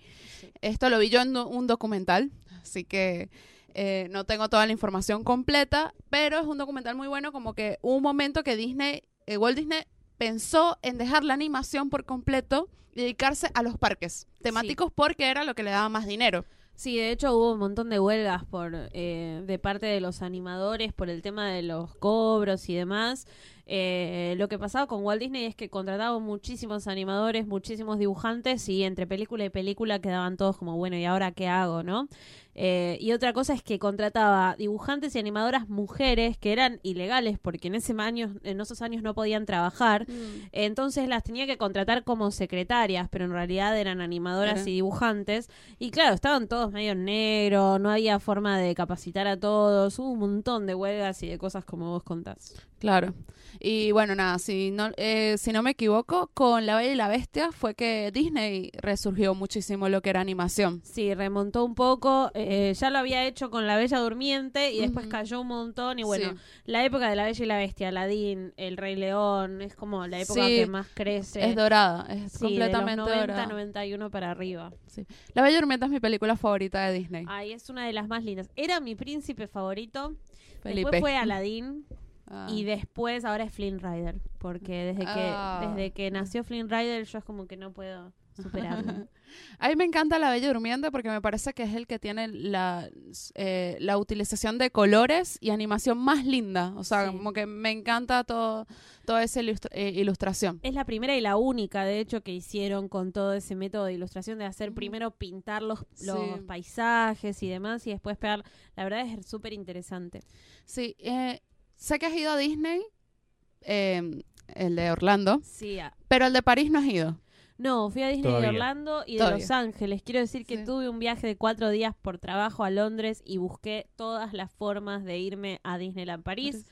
Speaker 1: Esto lo vi yo en do- un documental, así que eh, no tengo toda la información completa, pero es un documental muy bueno, como que hubo un momento que Disney, eh, Walt Disney pensó en dejar la animación por completo y dedicarse a los parques temáticos porque era lo que le daba más dinero.
Speaker 3: Sí, de hecho hubo un montón de huelgas por eh, de parte de los animadores por el tema de los cobros y demás. Eh, lo que pasaba con Walt Disney es que contrataba muchísimos animadores, muchísimos dibujantes y entre película y película quedaban todos como, bueno, ¿y ahora qué hago, no? Eh, y otra cosa es que contrataba dibujantes y animadoras mujeres que eran ilegales porque en, ese año, en esos años no podían trabajar. Entonces las tenía que contratar como secretarias, pero en realidad eran animadoras
Speaker 1: Claro.
Speaker 3: y dibujantes. Y claro, estaban todos medio en negro, no había forma de capacitar a todos, hubo un montón de huelgas y de cosas como vos contás.
Speaker 1: Claro. Y bueno, nada, si no, eh, si no me equivoco, con La Bella y la Bestia fue que Disney resurgió muchísimo lo que era animación.
Speaker 3: Sí, remontó un poco, eh, ya lo había hecho con La Bella Durmiente y después
Speaker 1: Ujú.
Speaker 3: cayó un montón. Y bueno,
Speaker 1: Sí.
Speaker 3: la época de La Bella y la Bestia, Aladdin, El Rey León, es como la época
Speaker 1: Sí,
Speaker 3: que más crece.
Speaker 1: Es dorada, es
Speaker 3: Sí, de los
Speaker 1: completamente
Speaker 3: 90,
Speaker 1: dorada.
Speaker 3: 91 para arriba.
Speaker 1: La Bella Durmiente es mi película favorita de Disney.
Speaker 3: Ay, es una de las más lindas. Era mi príncipe favorito.
Speaker 1: Felipe. [laughs]
Speaker 3: Después fue Aladdin
Speaker 1: Ah.
Speaker 3: y después ahora es Flynn Rider, porque desde que
Speaker 1: Ah.
Speaker 3: desde que nació Flynn Rider yo es como que no puedo
Speaker 1: [laughs]
Speaker 3: superarlo.
Speaker 1: A mí me encanta La Bella Durmiente porque me parece que es el que tiene la, eh, la utilización de colores y animación más linda. O sea,
Speaker 3: Sí.
Speaker 1: como que me encanta todo, toda esa ilustra- eh, ilustración.
Speaker 3: es la primera y la única, de hecho, que hicieron con todo ese método de ilustración de hacer
Speaker 1: Ujú.
Speaker 3: primero pintar los,
Speaker 1: Sí.
Speaker 3: los paisajes y demás y después pegar. La verdad es súper interesante.
Speaker 1: Sí, eh, sé que has ido a Disney, eh, el de Orlando,
Speaker 3: Sí, a-
Speaker 1: pero el de París no has ido.
Speaker 3: No, fui a Disney
Speaker 2: Todavía.
Speaker 3: de Orlando y
Speaker 1: Todavía.
Speaker 3: de Los Ángeles. Quiero decir que
Speaker 1: Sí.
Speaker 3: tuve un viaje de cuatro días por trabajo a Londres y busqué todas las formas de irme a Disneyland París.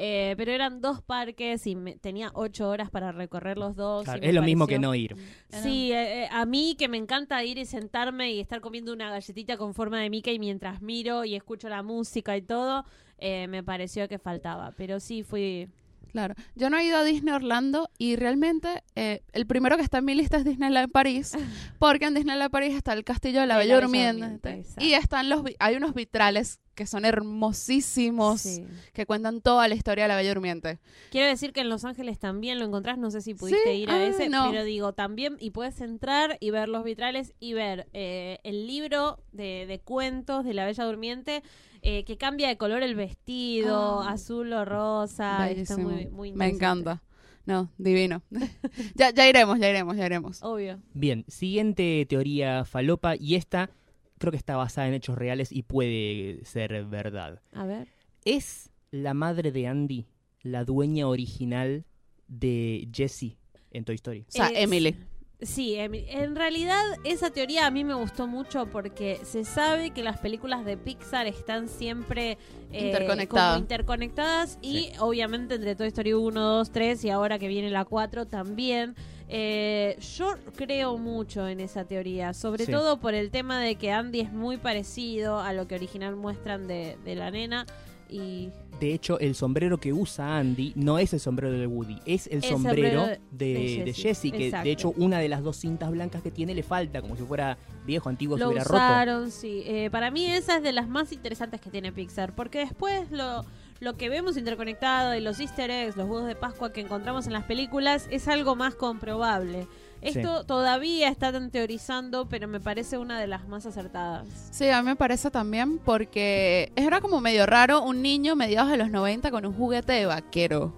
Speaker 3: Eh, pero eran dos parques y me- tenía ocho horas para recorrer los dos. y
Speaker 2: Claro,
Speaker 3: me
Speaker 2: es lo mismo que
Speaker 3: pareció-
Speaker 2: no ir.
Speaker 3: Sí, eh, eh, a mí que me encanta ir y sentarme y estar comiendo una galletita con forma de Mickey mientras miro y escucho la música y todo, eh, me pareció que faltaba. Pero sí, fui...
Speaker 1: Claro. Yo no he ido a Disney Orlando y realmente eh, el primero que está en mi lista es Disneyland
Speaker 3: [laughs]
Speaker 1: París, porque en Disneyland París está el Castillo de la
Speaker 3: De
Speaker 1: Bella, Durmiente,
Speaker 3: exacto.
Speaker 1: y están los vi- hay unos vitrales que son hermosísimos
Speaker 3: Sí.
Speaker 1: que cuentan toda la historia de la Bella Durmiente.
Speaker 3: Quiero decir que en Los Ángeles también lo encontrás, no sé si pudiste
Speaker 1: Sí,
Speaker 3: ir a
Speaker 1: ah,
Speaker 3: ese,
Speaker 1: no.
Speaker 3: pero digo, también, y puedes entrar y ver los vitrales y ver eh, el libro de, de cuentos de la Bella Durmiente, eh, que cambia de color el vestido,
Speaker 1: Ah.
Speaker 3: azul o rosa, Ah, está
Speaker 1: Bellísimo.
Speaker 3: muy, muy
Speaker 1: Me
Speaker 3: interesante.
Speaker 1: encanta. No, divino. [laughs] ya, ya iremos, ya iremos, ya iremos.
Speaker 3: Obvio.
Speaker 2: Bien, siguiente teoría falopa y esta creo que está basada en hechos reales y puede ser verdad.
Speaker 3: A ver.
Speaker 2: ¿Es la madre de Andy la dueña original de Jesse en Toy Story?
Speaker 1: O sea,
Speaker 3: Eh,
Speaker 1: Emily.
Speaker 3: Sí, Emily. en realidad esa teoría a mí me gustó mucho porque se sabe que las películas de Pixar están siempre eh,
Speaker 1: Interconectadas.
Speaker 3: como interconectadas y
Speaker 2: Sí.
Speaker 3: obviamente entre Toy Story 1, 2, 3 y ahora que viene la 4 también. Eh, yo creo mucho en esa teoría, sobre
Speaker 2: Sí.
Speaker 3: todo por el tema de que Andy es muy parecido a lo que original muestran de, de la nena y
Speaker 2: De hecho, el sombrero que usa Andy no es el sombrero de Woody, es el, sombrero,
Speaker 3: sombrero
Speaker 2: de,
Speaker 3: de
Speaker 2: de
Speaker 3: Jesse,
Speaker 2: Jesse, que
Speaker 3: exacto.
Speaker 2: de hecho una de las dos cintas blancas que tiene le falta, como si fuera viejo, antiguo,
Speaker 3: lo
Speaker 2: se hubiera roto.
Speaker 3: usaron, sí. Eh, para mí esa es de las más interesantes que tiene Pixar, porque después lo, lo que vemos interconectado y los easter eggs, los huevos de Pascua que encontramos en las películas, es algo más comprobable. Esto todavía están teorizando, pero me parece una de las más acertadas.
Speaker 1: Sí, a mí me parece también porque era como medio raro un niño mediados de los 90 con un juguete de vaquero.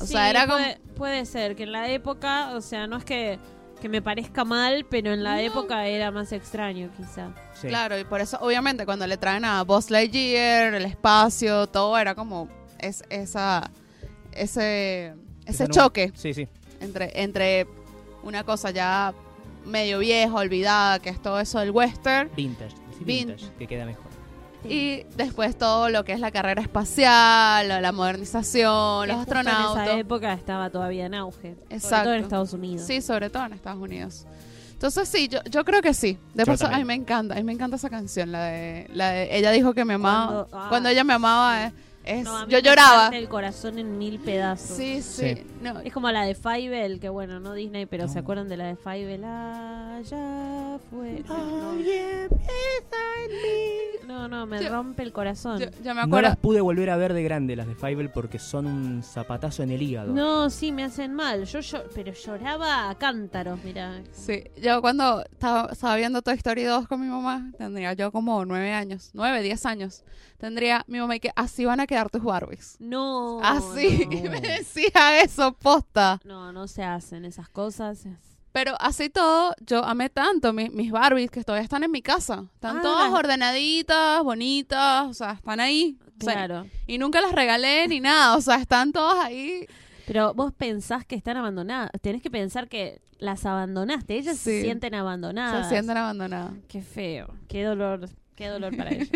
Speaker 1: O sea,
Speaker 3: Sí,
Speaker 1: era como...
Speaker 3: fue- puede ser que en la época, o sea, no es que, que me parezca mal, pero en la
Speaker 1: No.
Speaker 3: época era más extraño quizá.
Speaker 2: Sí.
Speaker 1: Claro, y por eso, obviamente, cuando le traen a Buzz Lightyear, el espacio, todo era como es, esa, ese, ese
Speaker 2: Esa nu-
Speaker 1: choque
Speaker 2: Sí, sí.
Speaker 1: entre, entre una cosa ya medio vieja, olvidada, que es todo eso del western,
Speaker 2: Vintage. Decí vintage, que queda mejor.
Speaker 1: y después todo lo que es la carrera espacial, la modernización, los
Speaker 3: Que justo En esa
Speaker 1: astronautas.
Speaker 3: época estaba todavía en auge. sobre
Speaker 1: Exacto.
Speaker 3: todo en Estados Unidos.
Speaker 1: Sí, sobre todo en Estados Unidos. Entonces sí, yo, yo creo que sí. De
Speaker 2: Yo
Speaker 1: paso,
Speaker 2: también.
Speaker 1: ay, me encanta, ay, me encanta esa canción, la de, la de ella dijo que me amaba.
Speaker 3: Cuando- ah,
Speaker 1: Cuando, ella me amaba, eh, es,
Speaker 3: No, a mí
Speaker 1: yo
Speaker 3: me
Speaker 1: lloraba.
Speaker 3: parte El corazón en mil pedazos.
Speaker 1: Sí, sí,
Speaker 2: Sí.
Speaker 1: no,
Speaker 3: Es como la de Fievel, que bueno, no Disney, pero ¿se
Speaker 2: No.
Speaker 3: acuerdan de la de Fievel? Ah, ya fue. No, no. No, no, me
Speaker 1: Yo-
Speaker 3: rompe el corazón.
Speaker 1: yo, yo me
Speaker 2: No
Speaker 1: acuerdo.
Speaker 2: las pude volver a ver de grande las de Fievel porque son un zapatazo en el hígado.
Speaker 3: No, sí, me hacen mal. Yo, yo pero lloraba a cántaros, mira.
Speaker 1: Sí, yo cuando estaba, estaba viendo Toy Story 2 con mi mamá, tendría yo como nueve años, nueve, diez años. Tendría mi mamá y que así van a quedar tus Barbies.
Speaker 3: No.
Speaker 1: Ah, así [laughs]
Speaker 3: no.
Speaker 1: me decía eso, posta.
Speaker 3: No, no se hacen esas cosas.
Speaker 1: Pero así todo, yo amé tanto mi- mis Barbies que todavía están en mi casa. Están
Speaker 3: Ah.
Speaker 1: todas ordenaditas, bonitas, o sea, están ahí. O sea,
Speaker 3: Claro.
Speaker 1: y nunca las regalé ni nada, o sea, están todas ahí.
Speaker 3: Pero vos pensás que están abandonadas. Tenés que pensar que las abandonaste. Ellas se
Speaker 1: Sí.
Speaker 3: sienten abandonadas.
Speaker 1: Se sienten abandonadas.
Speaker 3: Qué feo. Qué dolor. Qué dolor
Speaker 1: [laughs]
Speaker 3: para ellas.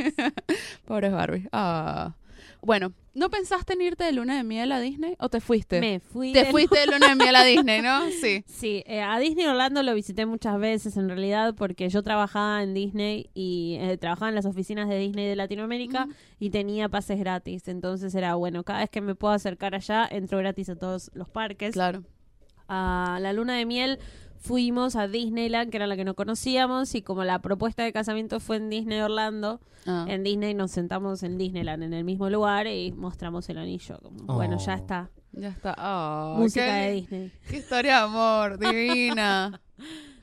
Speaker 1: Pobres Barbies. Ah. Bueno, ¿no pensaste en irte de luna de miel a Disney o te fuiste?
Speaker 3: Me fui.
Speaker 1: Te
Speaker 3: de
Speaker 1: fuiste de luna de miel a Disney,
Speaker 3: [laughs]
Speaker 1: ¿no? Sí.
Speaker 3: Sí, eh, a Disney Orlando lo visité muchas veces en realidad porque yo trabajaba en Disney y eh, trabajaba en las oficinas de Disney de Latinoamérica y tenía pases gratis. Entonces era bueno, cada vez que me puedo acercar allá, entro gratis a todos los parques.
Speaker 1: Claro.
Speaker 3: A la luna de miel fuimos a Disneyland, que era la que no conocíamos, y como la propuesta de casamiento fue en Disney Orlando,
Speaker 1: Ah.
Speaker 3: en Disney nos sentamos en Disneyland, en el mismo lugar, y mostramos el anillo. Como,
Speaker 2: Oh.
Speaker 3: Bueno, ya está.
Speaker 1: Ya está. Ah,
Speaker 3: Música
Speaker 1: qué-
Speaker 3: de Disney.
Speaker 1: Qué historia de amor,
Speaker 3: [laughs]
Speaker 1: divina.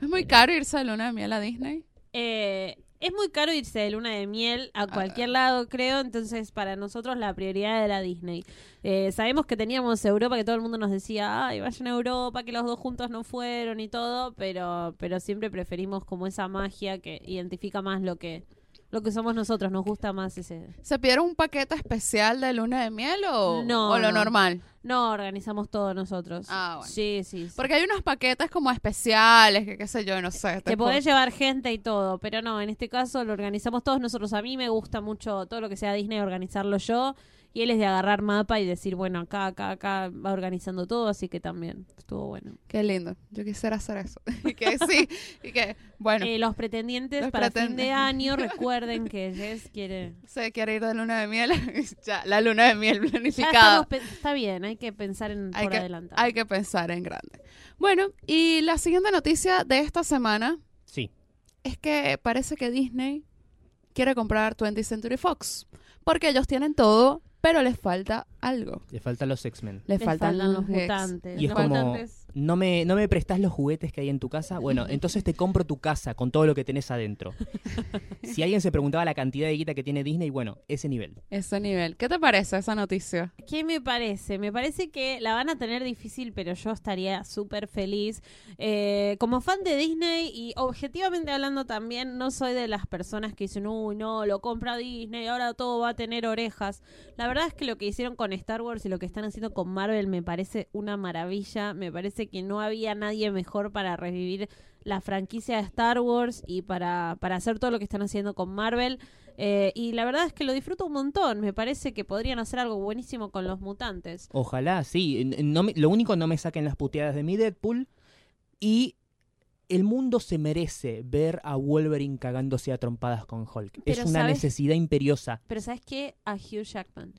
Speaker 1: Es muy caro irse de luna de miel a Disney.
Speaker 3: Eh, es muy caro irse de luna de miel
Speaker 1: Ah.
Speaker 3: a cualquier lado, creo. Entonces, para nosotros la prioridad era Disney. Eh, sabemos que teníamos Europa, que todo el mundo nos decía, ay, vayan a Europa, que los dos juntos no fueron y todo, pero, pero siempre preferimos como esa magia que identifica más lo que, lo que somos nosotros, nos gusta más ese...
Speaker 1: ¿Se pidieron un paquete especial de luna de miel o,
Speaker 3: No,
Speaker 1: o lo
Speaker 3: no.
Speaker 1: normal?
Speaker 3: No, organizamos todo nosotros.
Speaker 1: Ah, bueno.
Speaker 3: Sí, sí. sí.
Speaker 1: Porque hay unos paquetes como especiales, que qué sé yo, no sé.
Speaker 3: Te
Speaker 1: tipo-
Speaker 3: podés llevar gente y todo, pero no, en este caso lo organizamos todos nosotros. A mí me gusta mucho todo lo que sea Disney, organizarlo yo. Y él es de agarrar mapa y decir, bueno, acá, acá, acá, va organizando todo, así que también estuvo bueno.
Speaker 1: Qué lindo, yo quisiera hacer eso. [laughs] y que sí, y que, bueno,
Speaker 3: Eh, los pretendientes
Speaker 1: Los
Speaker 3: para fin
Speaker 1: pretenden-
Speaker 3: de
Speaker 1: [laughs]
Speaker 3: año, recuerden que Jess quiere...
Speaker 1: se quiere ir de luna de miel. [laughs] ya, la luna de miel
Speaker 3: Ya
Speaker 1: planificada.
Speaker 3: estamos pe- está bien, hay que pensar en
Speaker 1: Hay
Speaker 3: por
Speaker 1: que-
Speaker 3: adelantado.
Speaker 1: Hay que pensar en grande. Bueno, y la siguiente noticia de esta semana
Speaker 2: Sí.
Speaker 1: es que parece que Disney quiere comprar 20th Century Fox. Porque ellos tienen todo, pero les falta algo.
Speaker 2: Le faltan los X-Men.
Speaker 1: Les,
Speaker 3: Les
Speaker 1: faltan, los ex.
Speaker 3: mutantes.
Speaker 2: Y es
Speaker 3: los
Speaker 2: como-
Speaker 3: mutantes.
Speaker 2: ¿No me, ¿No me prestás los juguetes que hay en tu casa? Bueno, entonces te compro tu casa con todo lo que tenés
Speaker 3: [laughs]
Speaker 2: adentro. Si alguien se preguntaba la cantidad de guita que tiene Disney, bueno, ese nivel.
Speaker 1: Ese nivel. ¿Qué te parece esa noticia?
Speaker 3: ¿Qué me parece? Me parece que la van a tener difícil, pero yo estaría súper feliz. Eh, como fan de Disney y objetivamente hablando también, no soy de las personas que dicen, uy, no, lo compra Disney, ahora todo va a tener orejas. La verdad es que lo que hicieron con Star Wars y lo que están haciendo con Marvel me parece una maravilla. Me parece que no había nadie mejor para revivir la franquicia de Star Wars y para, para hacer todo lo que están haciendo con Marvel. Eh, y la verdad es que lo disfruto un montón. Me parece que podrían hacer algo buenísimo con los mutantes.
Speaker 2: Ojalá, sí. N- No me- lo único, no me saquen las puteadas de mi Deadpool. Y el mundo se merece ver a Wolverine cagándose a trompadas con Hulk. es
Speaker 3: Pero,
Speaker 2: una
Speaker 3: ¿sabes?
Speaker 2: necesidad imperiosa.
Speaker 3: Pero ¿sabes qué? A Hugh Jackman.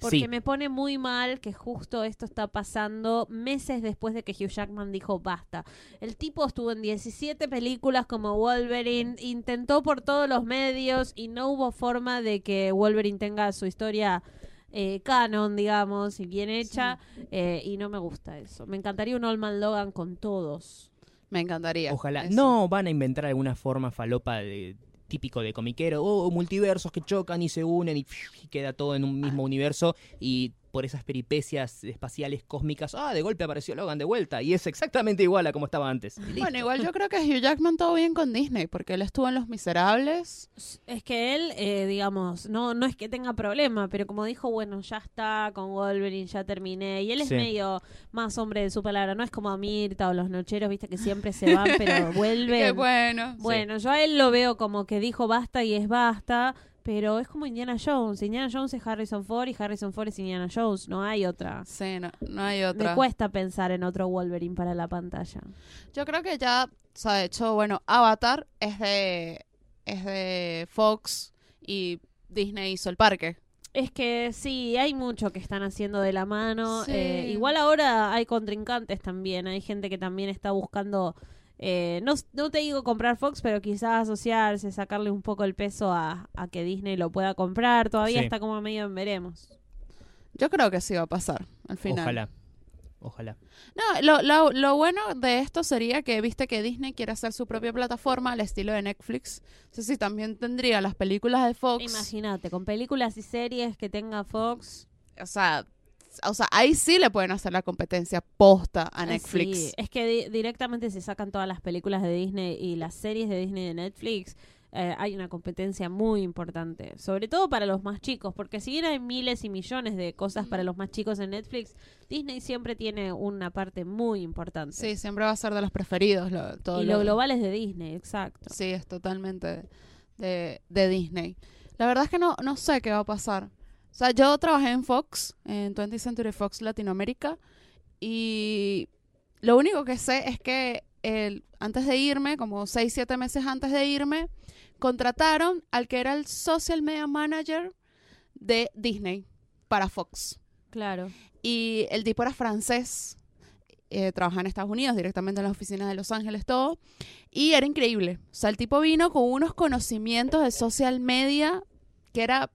Speaker 3: Porque
Speaker 2: Sí,
Speaker 3: me pone muy mal que justo esto está pasando meses después de que Hugh Jackman dijo basta. El tipo estuvo en 17 películas como Wolverine, intentó por todos los medios y no hubo forma de que Wolverine tenga su historia eh, canon, digamos, y bien hecha. eh, y no me gusta eso. Me encantaría un Old Man Logan con todos.
Speaker 1: Me encantaría.
Speaker 2: ojalá.
Speaker 1: Eso.
Speaker 2: No van a inventar alguna forma falopa de- típico de Oh,
Speaker 1: Ah.
Speaker 2: comiquero. O multiversos que chocan y se unen y, y queda todo en un mismo universo. Y por esas peripecias espaciales cósmicas. Ah, de golpe apareció Logan de vuelta y es exactamente igual a como estaba antes. Y listo.
Speaker 1: Bueno, igual yo creo que Hugh Jackman todo bien con Disney, porque él estuvo en Los Miserables.
Speaker 3: Es que él, eh, digamos, no, no es que tenga problema, pero como dijo, bueno, ya está con Wolverine, ya terminé. Y él es
Speaker 2: Sí.
Speaker 3: medio más hombre de su palabra, no es como a Mirta o los nocheros, viste, que siempre se
Speaker 1: [laughs]
Speaker 3: van, pero
Speaker 1: Qué
Speaker 3: vuelven.
Speaker 1: bueno.
Speaker 3: Bueno, yo a él lo veo como que dijo basta y es basta, pero es como Indiana Jones. Indiana Jones es Harrison Ford y Harrison Ford es Indiana Jones, no hay otra.
Speaker 2: Ah.
Speaker 1: Sí, no, no hay
Speaker 3: Me
Speaker 1: otra.
Speaker 3: cuesta pensar en otro Wolverine para la pantalla.
Speaker 1: Yo creo que ya, o sea, de hecho, bueno, Avatar es de, es de Fox y Disney hizo el parque.
Speaker 3: Es que sí, hay mucho que están haciendo de la mano.
Speaker 1: Sí.
Speaker 3: Eh, igual ahora hay contrincantes también. Hay gente que también está buscando, eh, no, no te digo comprar Fox, pero quizás asociarse, sacarle un poco el peso a, a que Disney lo pueda comprar. Todavía
Speaker 2: Sí.
Speaker 3: está como medio en veremos.
Speaker 1: Yo creo que sí va a pasar al final.
Speaker 2: Ojalá. Ojalá.
Speaker 1: No, lo, lo- lo bueno de esto sería que viste que Disney quiere hacer su propia plataforma al estilo de Netflix. No sé si también tendría las películas de Fox.
Speaker 3: Imagínate, con películas y series que tenga Fox.
Speaker 1: O sea, o sea, ahí sí le pueden hacer la competencia posta a Netflix.
Speaker 3: Ah, Eh, Sí, es que di- directamente se sacan todas las películas de Disney y las series de Disney de Netflix. eh, hay una competencia muy importante, sobre todo para los más chicos, porque si bien hay miles y millones de cosas para los más chicos en Netflix, Disney siempre tiene una parte muy importante.
Speaker 1: Sí, siempre va a ser de los preferidos. lo- todo
Speaker 3: y lo global es de Disney, exacto.
Speaker 1: Sí, es totalmente de, de Disney. La verdad es que no, no sé qué va a pasar. O sea, yo trabajé en Fox, en 20th Century Fox Latinoamérica, y lo único que sé es que el, antes de irme, como 6, 7 meses antes de irme, contrataron al que era el social media manager de Disney para Fox.
Speaker 3: Claro.
Speaker 1: Y el tipo era francés, eh, trabajaba en Estados Unidos, directamente en las oficinas de Los Ángeles, todo. Y era increíble. O sea, el tipo vino con unos conocimientos de social media que era.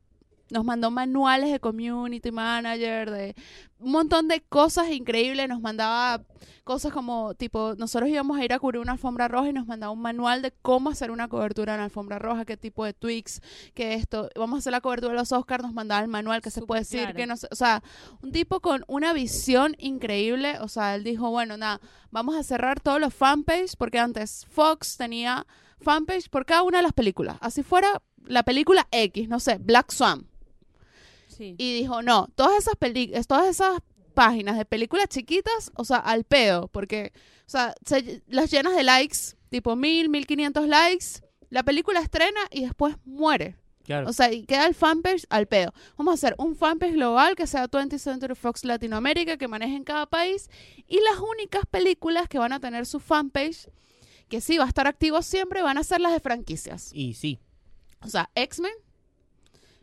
Speaker 1: Nos mandó manuales de community manager, de un montón de cosas increíbles. Nos mandaba cosas como, tipo, nosotros íbamos a ir a cubrir una alfombra roja y nos mandaba un manual de cómo hacer una cobertura en alfombra roja, qué tipo de tweaks, qué esto. Vamos a hacer la cobertura de los Oscars, nos mandaba el manual, qué se
Speaker 3: Súper
Speaker 1: puede decir,
Speaker 3: claro.
Speaker 1: qué no se- O sea, un tipo con una visión increíble. O sea, él dijo, bueno, nada, vamos a cerrar todos los fanpage, porque antes Fox tenía fanpage por cada una de las películas. Así fuera la película X, no sé, Black Swan.
Speaker 3: Sí.
Speaker 1: Y dijo, no, todas esas peli es- todas esas páginas de películas chiquitas, o sea, al pedo, porque, o sea, se- las llenas de likes, tipo mil, mil quinientos likes, la película estrena y después muere.
Speaker 2: Claro.
Speaker 1: O sea, y queda el fanpage al pedo. Vamos a hacer un fanpage global que sea 20th Century Fox Latinoamérica, que maneje en cada país. Y las únicas películas que van a tener su fanpage, que sí va a estar activo siempre, van a ser las de franquicias.
Speaker 2: Y sí.
Speaker 1: O sea, X-Men,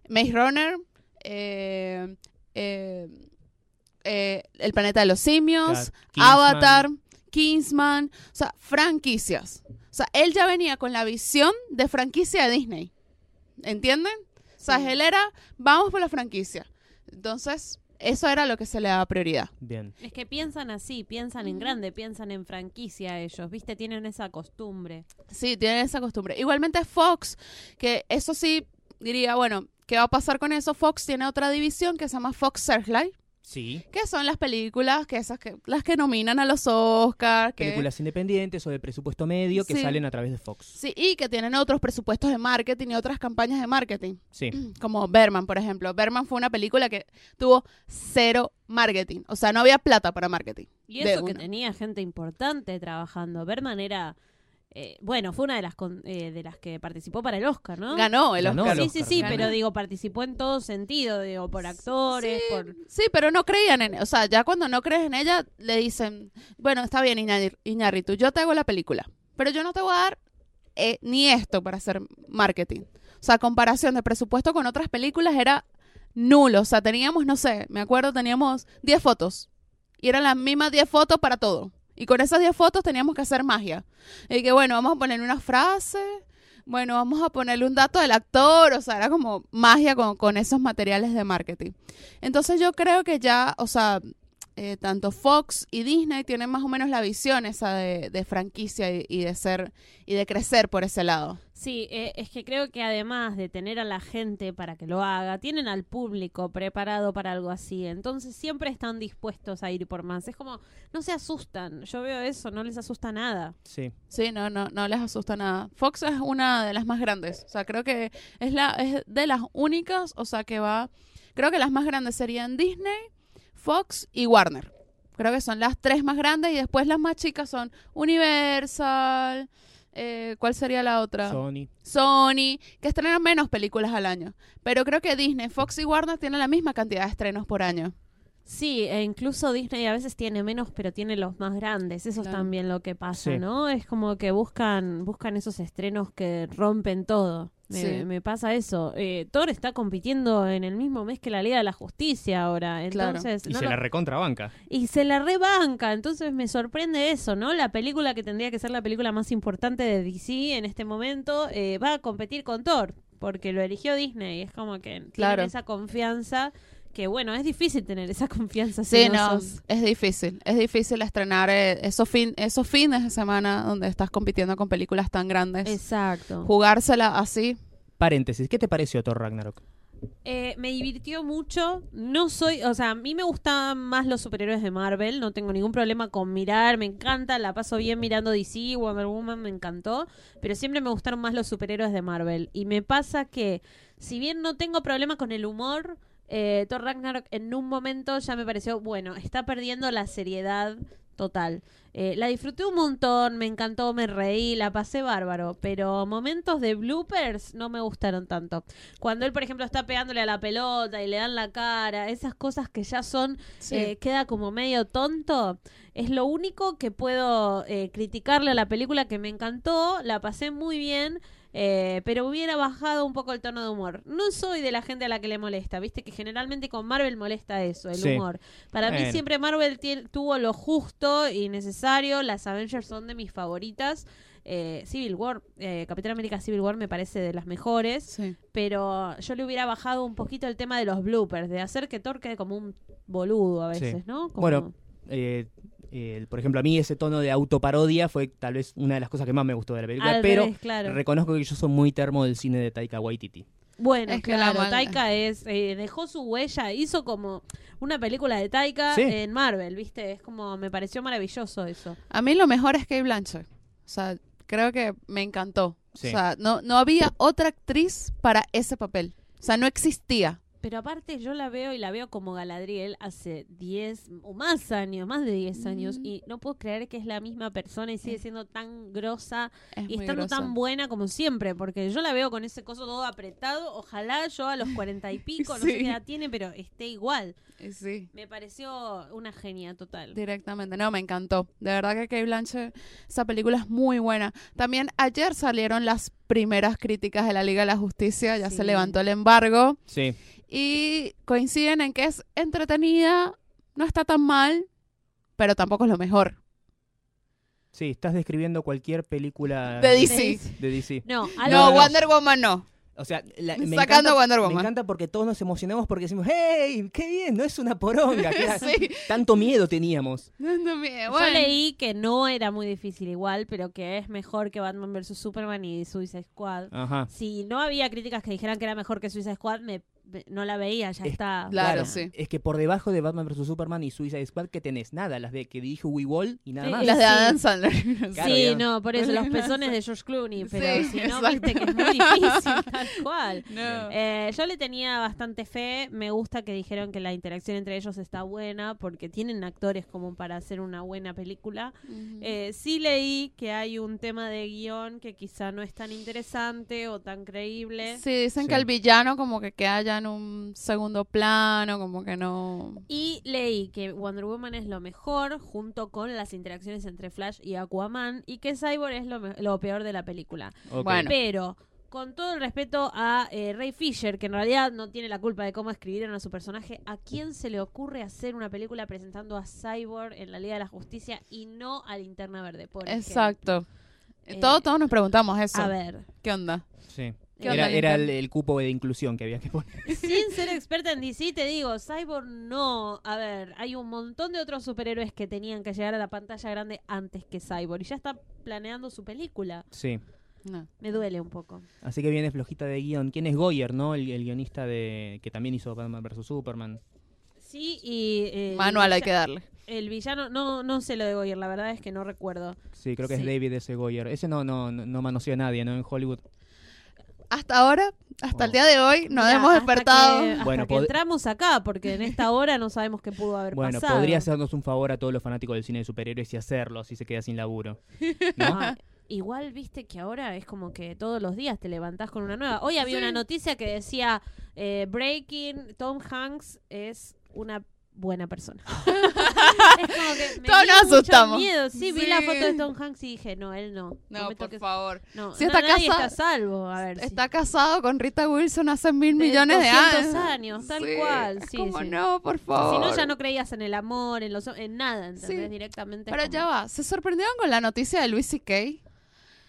Speaker 1: Maze Runner, eh, eh, eh, El Planeta de los Simios,
Speaker 2: Claro,
Speaker 1: Avatar, Kingsman, o sea, franquicias. O sea, él ya venía con la visión de franquicia de Disney. ¿Entienden? O sea,
Speaker 3: Sí.
Speaker 1: él era, vamos por la franquicia. Entonces, eso era lo que se le daba prioridad.
Speaker 2: Bien.
Speaker 3: Es que piensan así, piensan en grande, piensan en franquicia ellos, ¿viste? Tienen esa costumbre.
Speaker 1: Sí, tienen esa costumbre. Igualmente Fox, que eso sí diría, bueno, ¿qué va a pasar con eso? Fox tiene otra división que se llama Fox Searchlight,
Speaker 2: Sí.
Speaker 1: que son las películas, que esas que, las que nominan a los Oscars, que
Speaker 2: Películas independientes o de presupuesto medio que
Speaker 1: Sí.
Speaker 2: salen a través de Fox.
Speaker 1: sí, y que tienen otros presupuestos de marketing y otras campañas de marketing,
Speaker 2: Sí.
Speaker 1: como Berman, por ejemplo. Berman fue una película que tuvo cero marketing, o sea, no había plata para marketing.
Speaker 3: Y
Speaker 1: de
Speaker 3: eso que
Speaker 1: una.
Speaker 3: tenía gente importante trabajando. Berman era. eh, bueno, fue una de las, con- eh, de las que participó para el Oscar, ¿no?
Speaker 1: Ganó el
Speaker 2: Ah. Ganó
Speaker 1: Oscar.
Speaker 2: el
Speaker 3: Sí, sí, sí,
Speaker 2: Oscar,
Speaker 3: pero
Speaker 2: ganó.
Speaker 3: digo, participó en todo sentido, digo, por actores, por.
Speaker 1: Sí, pero no creían en, o sea, ya cuando no crees en ella le dicen, bueno, está bien Iñar- Iñárritu, yo te hago la película, pero yo no te voy a dar eh, ni esto para hacer marketing. O sea, comparación de presupuesto con otras películas era nulo, o sea, teníamos, no sé, me acuerdo, teníamos 10 fotos y eran las mismas 10 fotos para todo. Y con esas 10 fotos teníamos que hacer magia. Y que bueno, vamos a poner una frase, bueno, vamos a ponerle un dato del actor, o sea, era como magia con, con esos materiales de marketing. Entonces yo creo que ya, o sea, eh, tanto Fox y Disney tienen más o menos la visión esa de, de franquicia y, y de ser y de crecer por ese lado.
Speaker 3: Sí, eh, es que creo que además de tener a la gente para que lo haga, tienen al público preparado para algo así. Entonces siempre están dispuestos a ir por más. Es como, no se asustan. Yo veo eso, no les asusta nada.
Speaker 2: Sí.
Speaker 1: Sí, no, no, no les asusta nada. Fox es una de las más grandes. O sea, creo que es la, es de las únicas, o sea, que va. Creo que las más grandes serían Disney, Fox y Warner. Creo que son las tres más grandes y después las más chicas son Universal. eh, ¿Cuál sería la otra?
Speaker 2: Sony.
Speaker 1: Sony, que estrenan menos películas al año. Pero creo que Disney, Fox y Warner tienen la misma cantidad de estrenos por año.
Speaker 3: Sí, e incluso Disney a veces tiene menos, pero tiene los más grandes. Eso
Speaker 1: Claro.
Speaker 3: es también lo que pasa,
Speaker 2: Sí.
Speaker 3: ¿no? Es como que buscan, buscan esos estrenos que rompen todo. Me,
Speaker 1: Sí.
Speaker 3: me pasa eso. Eh, Thor está compitiendo en el mismo mes que la Liga de la Justicia ahora.
Speaker 1: Claro.
Speaker 3: Entonces,
Speaker 2: Y
Speaker 3: no
Speaker 2: se
Speaker 3: lo-
Speaker 2: la recontrabanca.
Speaker 3: y se la rebanca. Entonces me sorprende eso, ¿no? La película que tendría que ser la película más importante de DC en este momento eh, va a competir con Thor, porque lo eligió Disney. Es como que tienen
Speaker 1: Claro.
Speaker 3: esa confianza. Que bueno, es difícil tener esa [laughs] confianza. si
Speaker 1: Sí, no,
Speaker 3: sos-
Speaker 1: es difícil. Es difícil estrenar eh, esos, fin, esos fines de semana donde estás compitiendo con películas tan grandes.
Speaker 3: Exacto.
Speaker 1: Jugársela así.
Speaker 2: Paréntesis, ¿qué te pareció Thor Ragnarok?
Speaker 3: Eh, me divirtió mucho. No soy, o sea, a mí me gustan más los superhéroes de Marvel. No tengo ningún problema con mirar. Me encanta, la paso bien mirando DC, Wonder Woman, me encantó. Pero siempre me gustaron más los superhéroes de Marvel. Y me pasa que, si bien no tengo problema con el humor, eh, Thor Ragnarok en un momento ya me pareció, bueno, está perdiendo la seriedad total. Eh, la disfruté un montón, me encantó, me reí, la pasé bárbaro, pero momentos de bloopers no me gustaron tanto. Cuando él, por ejemplo, está pegándole a la pelota y le dan la cara, esas cosas que ya son, eh, queda como medio tonto, es lo único que puedo eh, criticarle a la película que me encantó, la pasé muy bien. eh, pero hubiera bajado un poco el tono de humor. No soy de la gente a la que le molesta, viste que generalmente con Marvel molesta eso, el
Speaker 2: Sí.
Speaker 3: humor. Para mí
Speaker 2: Bueno.
Speaker 3: siempre Marvel tien- tuvo lo justo y necesario. Las Avengers son de mis favoritas. Eh, Civil War, eh, Capitán América Civil War me parece de las mejores.
Speaker 1: sí.
Speaker 3: Pero yo le hubiera bajado un poquito el tema de los bloopers, de hacer que Thor quede como un boludo a
Speaker 2: Sí.
Speaker 3: veces, ¿no? Como-
Speaker 2: Bueno, Eh, eh, por ejemplo, a mí ese tono de autoparodia fue tal vez una de las cosas que más me gustó de la película,
Speaker 3: al
Speaker 2: pero
Speaker 3: revés, claro.
Speaker 2: reconozco que yo soy muy termo del cine de Taika Waititi.
Speaker 3: Bueno,
Speaker 1: Es que la
Speaker 3: claro,
Speaker 1: mal-
Speaker 3: Taika es, eh, dejó su huella, hizo como una película de Taika
Speaker 2: Sí.
Speaker 3: en Marvel, ¿viste? Es como, me pareció maravilloso eso.
Speaker 1: A mí lo mejor es Kate Blanchett. O sea, creo que me encantó.
Speaker 2: Sí.
Speaker 1: O sea, no, no había otra actriz para ese papel. O sea, no existía.
Speaker 3: Pero aparte yo la veo y la veo como Galadriel hace 10 o más años, más de 10 años,
Speaker 1: Mm.
Speaker 3: y no puedo creer que es la misma persona y sigue siendo tan grosa
Speaker 1: Es
Speaker 3: y
Speaker 1: muy
Speaker 3: estando
Speaker 1: grosa.
Speaker 3: tan buena como siempre, porque yo la veo con ese coso todo apretado, ojalá yo a los cuarenta
Speaker 1: [laughs]
Speaker 3: y pico, no sé
Speaker 1: Sí.
Speaker 3: qué edad tiene, pero esté igual.
Speaker 1: Y Sí.
Speaker 3: Me pareció una genia total.
Speaker 1: Directamente, no, me encantó. De verdad que Kate Blanchett, esa película es muy buena. También ayer salieron las primeras críticas de la Liga de la Justicia, ya
Speaker 3: Sí.
Speaker 1: se levantó el embargo
Speaker 2: Sí,
Speaker 1: y coinciden en que es entretenida, no está tan mal, pero tampoco es lo mejor.
Speaker 2: sí, estás describiendo cualquier película
Speaker 1: De
Speaker 2: de
Speaker 1: DC. Sí.
Speaker 2: DC.
Speaker 3: Ah, No, Eh,
Speaker 1: No,
Speaker 3: algo,
Speaker 1: Wonder Woman no.
Speaker 2: O sea, la- me,
Speaker 1: Sacando
Speaker 2: encanta,
Speaker 1: Wonder
Speaker 2: me
Speaker 1: Woman.
Speaker 2: encanta porque todos nos emocionamos porque decimos, ¡hey! ¡Qué bien! No es una
Speaker 1: [laughs]
Speaker 2: poronga. que era-
Speaker 1: Sí.
Speaker 2: Tanto miedo teníamos.
Speaker 1: No, no, mire,
Speaker 3: yo
Speaker 1: bueno.
Speaker 3: leí que no era muy difícil igual, pero que es mejor que Batman vs. Superman y Suicide
Speaker 1: Ah.
Speaker 3: Squad.
Speaker 2: Ajá.
Speaker 3: Si no había críticas que dijeran que era mejor que Suicide Squad, me, me- no la veía, ya
Speaker 2: Es-
Speaker 3: está.
Speaker 1: Claro, sí.
Speaker 2: Es que por debajo de Batman vs. Superman y Suicide Squad, que tenés? Nada, las de que dirige We Wall y nada
Speaker 3: Sí,
Speaker 2: más.
Speaker 1: Y las de
Speaker 3: sí.
Speaker 1: Adam Sandler. [laughs]
Speaker 2: Claro,
Speaker 3: sí,
Speaker 2: digamos.
Speaker 3: no, por eso los pezones de George Clooney, pero
Speaker 1: Sí,
Speaker 3: si no, viste que
Speaker 1: exacto.
Speaker 3: es muy
Speaker 1: [laughs]
Speaker 3: difícil, tal cual.
Speaker 1: No.
Speaker 3: Eh, yo le tenía bastante fe. Me gusta que dijeron que la interacción entre ellos está buena porque tienen actores como para hacer una buena película.
Speaker 1: Ujú.
Speaker 3: Eh, sí leí que hay un tema de guión que quizá no es tan interesante o tan creíble.
Speaker 1: Sí, dicen
Speaker 2: Sí.
Speaker 1: que el villano como que queda ya en un segundo plano, como que no...
Speaker 3: Y leí que Wonder Woman es lo mejor junto con las interacciones entre Flash y Aquaman y que Cyborg es lo, me- lo peor de la película.
Speaker 2: Ok.
Speaker 1: Bueno.
Speaker 3: Pero con todo el respeto a eh, Ray Fisher, que en realidad no tiene la culpa de cómo escribieron a su personaje, ¿a quién se le ocurre hacer una película presentando a Cyborg en la Liga de la Justicia y no a Linterna Verde? Por ejemplo?
Speaker 1: Exacto.
Speaker 3: Eh,
Speaker 1: todos, todos nos preguntamos eso.
Speaker 3: A ver,
Speaker 1: ¿Qué onda?
Speaker 2: Sí.
Speaker 1: ¿Qué
Speaker 2: Era,
Speaker 1: onda,
Speaker 2: era el,
Speaker 1: Lincoln?
Speaker 2: el cupo de inclusión que había que poner. [laughs]
Speaker 3: sin ser experta en DC, te digo, Cyborg no. A ver, hay un montón de otros superhéroes que tenían que llegar a la pantalla grande antes que Cyborg y ya está planeando su película.
Speaker 2: Sí.
Speaker 1: No.
Speaker 3: Me duele un poco.
Speaker 2: Así que viene flojita de guión. ¿Quién es Goyer, no? El, el guionista de que también hizo Batman vs. Superman.
Speaker 3: Sí, y. eh, el
Speaker 1: Manual hay
Speaker 3: villa-
Speaker 1: que darle.
Speaker 3: El villano, no, no sé lo de Goyer, la verdad es que no recuerdo.
Speaker 2: Sí, creo que
Speaker 3: Sí.
Speaker 2: es David ese Goyer. Ese no, no, no, no manoseó a nadie, ¿no? En Hollywood.
Speaker 1: Hasta ahora, hasta
Speaker 2: Oh.
Speaker 1: el día de hoy, nos
Speaker 3: Mira,
Speaker 1: hemos
Speaker 3: hasta
Speaker 1: despertado.
Speaker 3: que- hasta
Speaker 2: Bueno,
Speaker 3: que
Speaker 2: pod-
Speaker 3: entramos acá, porque en esta hora no sabemos qué pudo haber
Speaker 2: Bueno,
Speaker 3: pasado.
Speaker 2: podría hacernos un favor a todos los fanáticos del cine de superhéroes y hacerlo si se queda sin laburo.
Speaker 3: [laughs]
Speaker 2: ¿No?
Speaker 3: Ah, igual viste que ahora es como que todos los días te levantás con una nueva. Hoy había una noticia que decía eh, Breaking, Tom Hanks es una buena persona. [laughs] es como que me
Speaker 1: Todos
Speaker 3: dio
Speaker 1: nos
Speaker 3: mucho
Speaker 1: asustamos.
Speaker 3: miedo. Sí, vi
Speaker 1: Sí.
Speaker 3: la foto de Tom Hanks y dije, no, él no. No,
Speaker 1: No,
Speaker 3: me
Speaker 1: por
Speaker 3: toques.
Speaker 1: favor.
Speaker 3: No,
Speaker 1: Si
Speaker 3: no,
Speaker 1: está
Speaker 3: nadie
Speaker 1: casa-
Speaker 3: está a salvo. A ver, sí.
Speaker 1: Está casado con Rita Wilson hace mil
Speaker 3: De
Speaker 1: millones de
Speaker 3: 200
Speaker 1: años.
Speaker 3: años, tal
Speaker 1: Sí,
Speaker 3: cual,
Speaker 1: es
Speaker 3: sí,
Speaker 1: como,
Speaker 3: sí.
Speaker 1: no, por favor.
Speaker 3: Si no, ya no creías en el amor, en los en nada, ¿entendés?
Speaker 1: Sí.
Speaker 3: Directamente. es
Speaker 1: Pero
Speaker 3: como-
Speaker 1: ya va, ¿se sorprendieron con la noticia de Luis C.K.?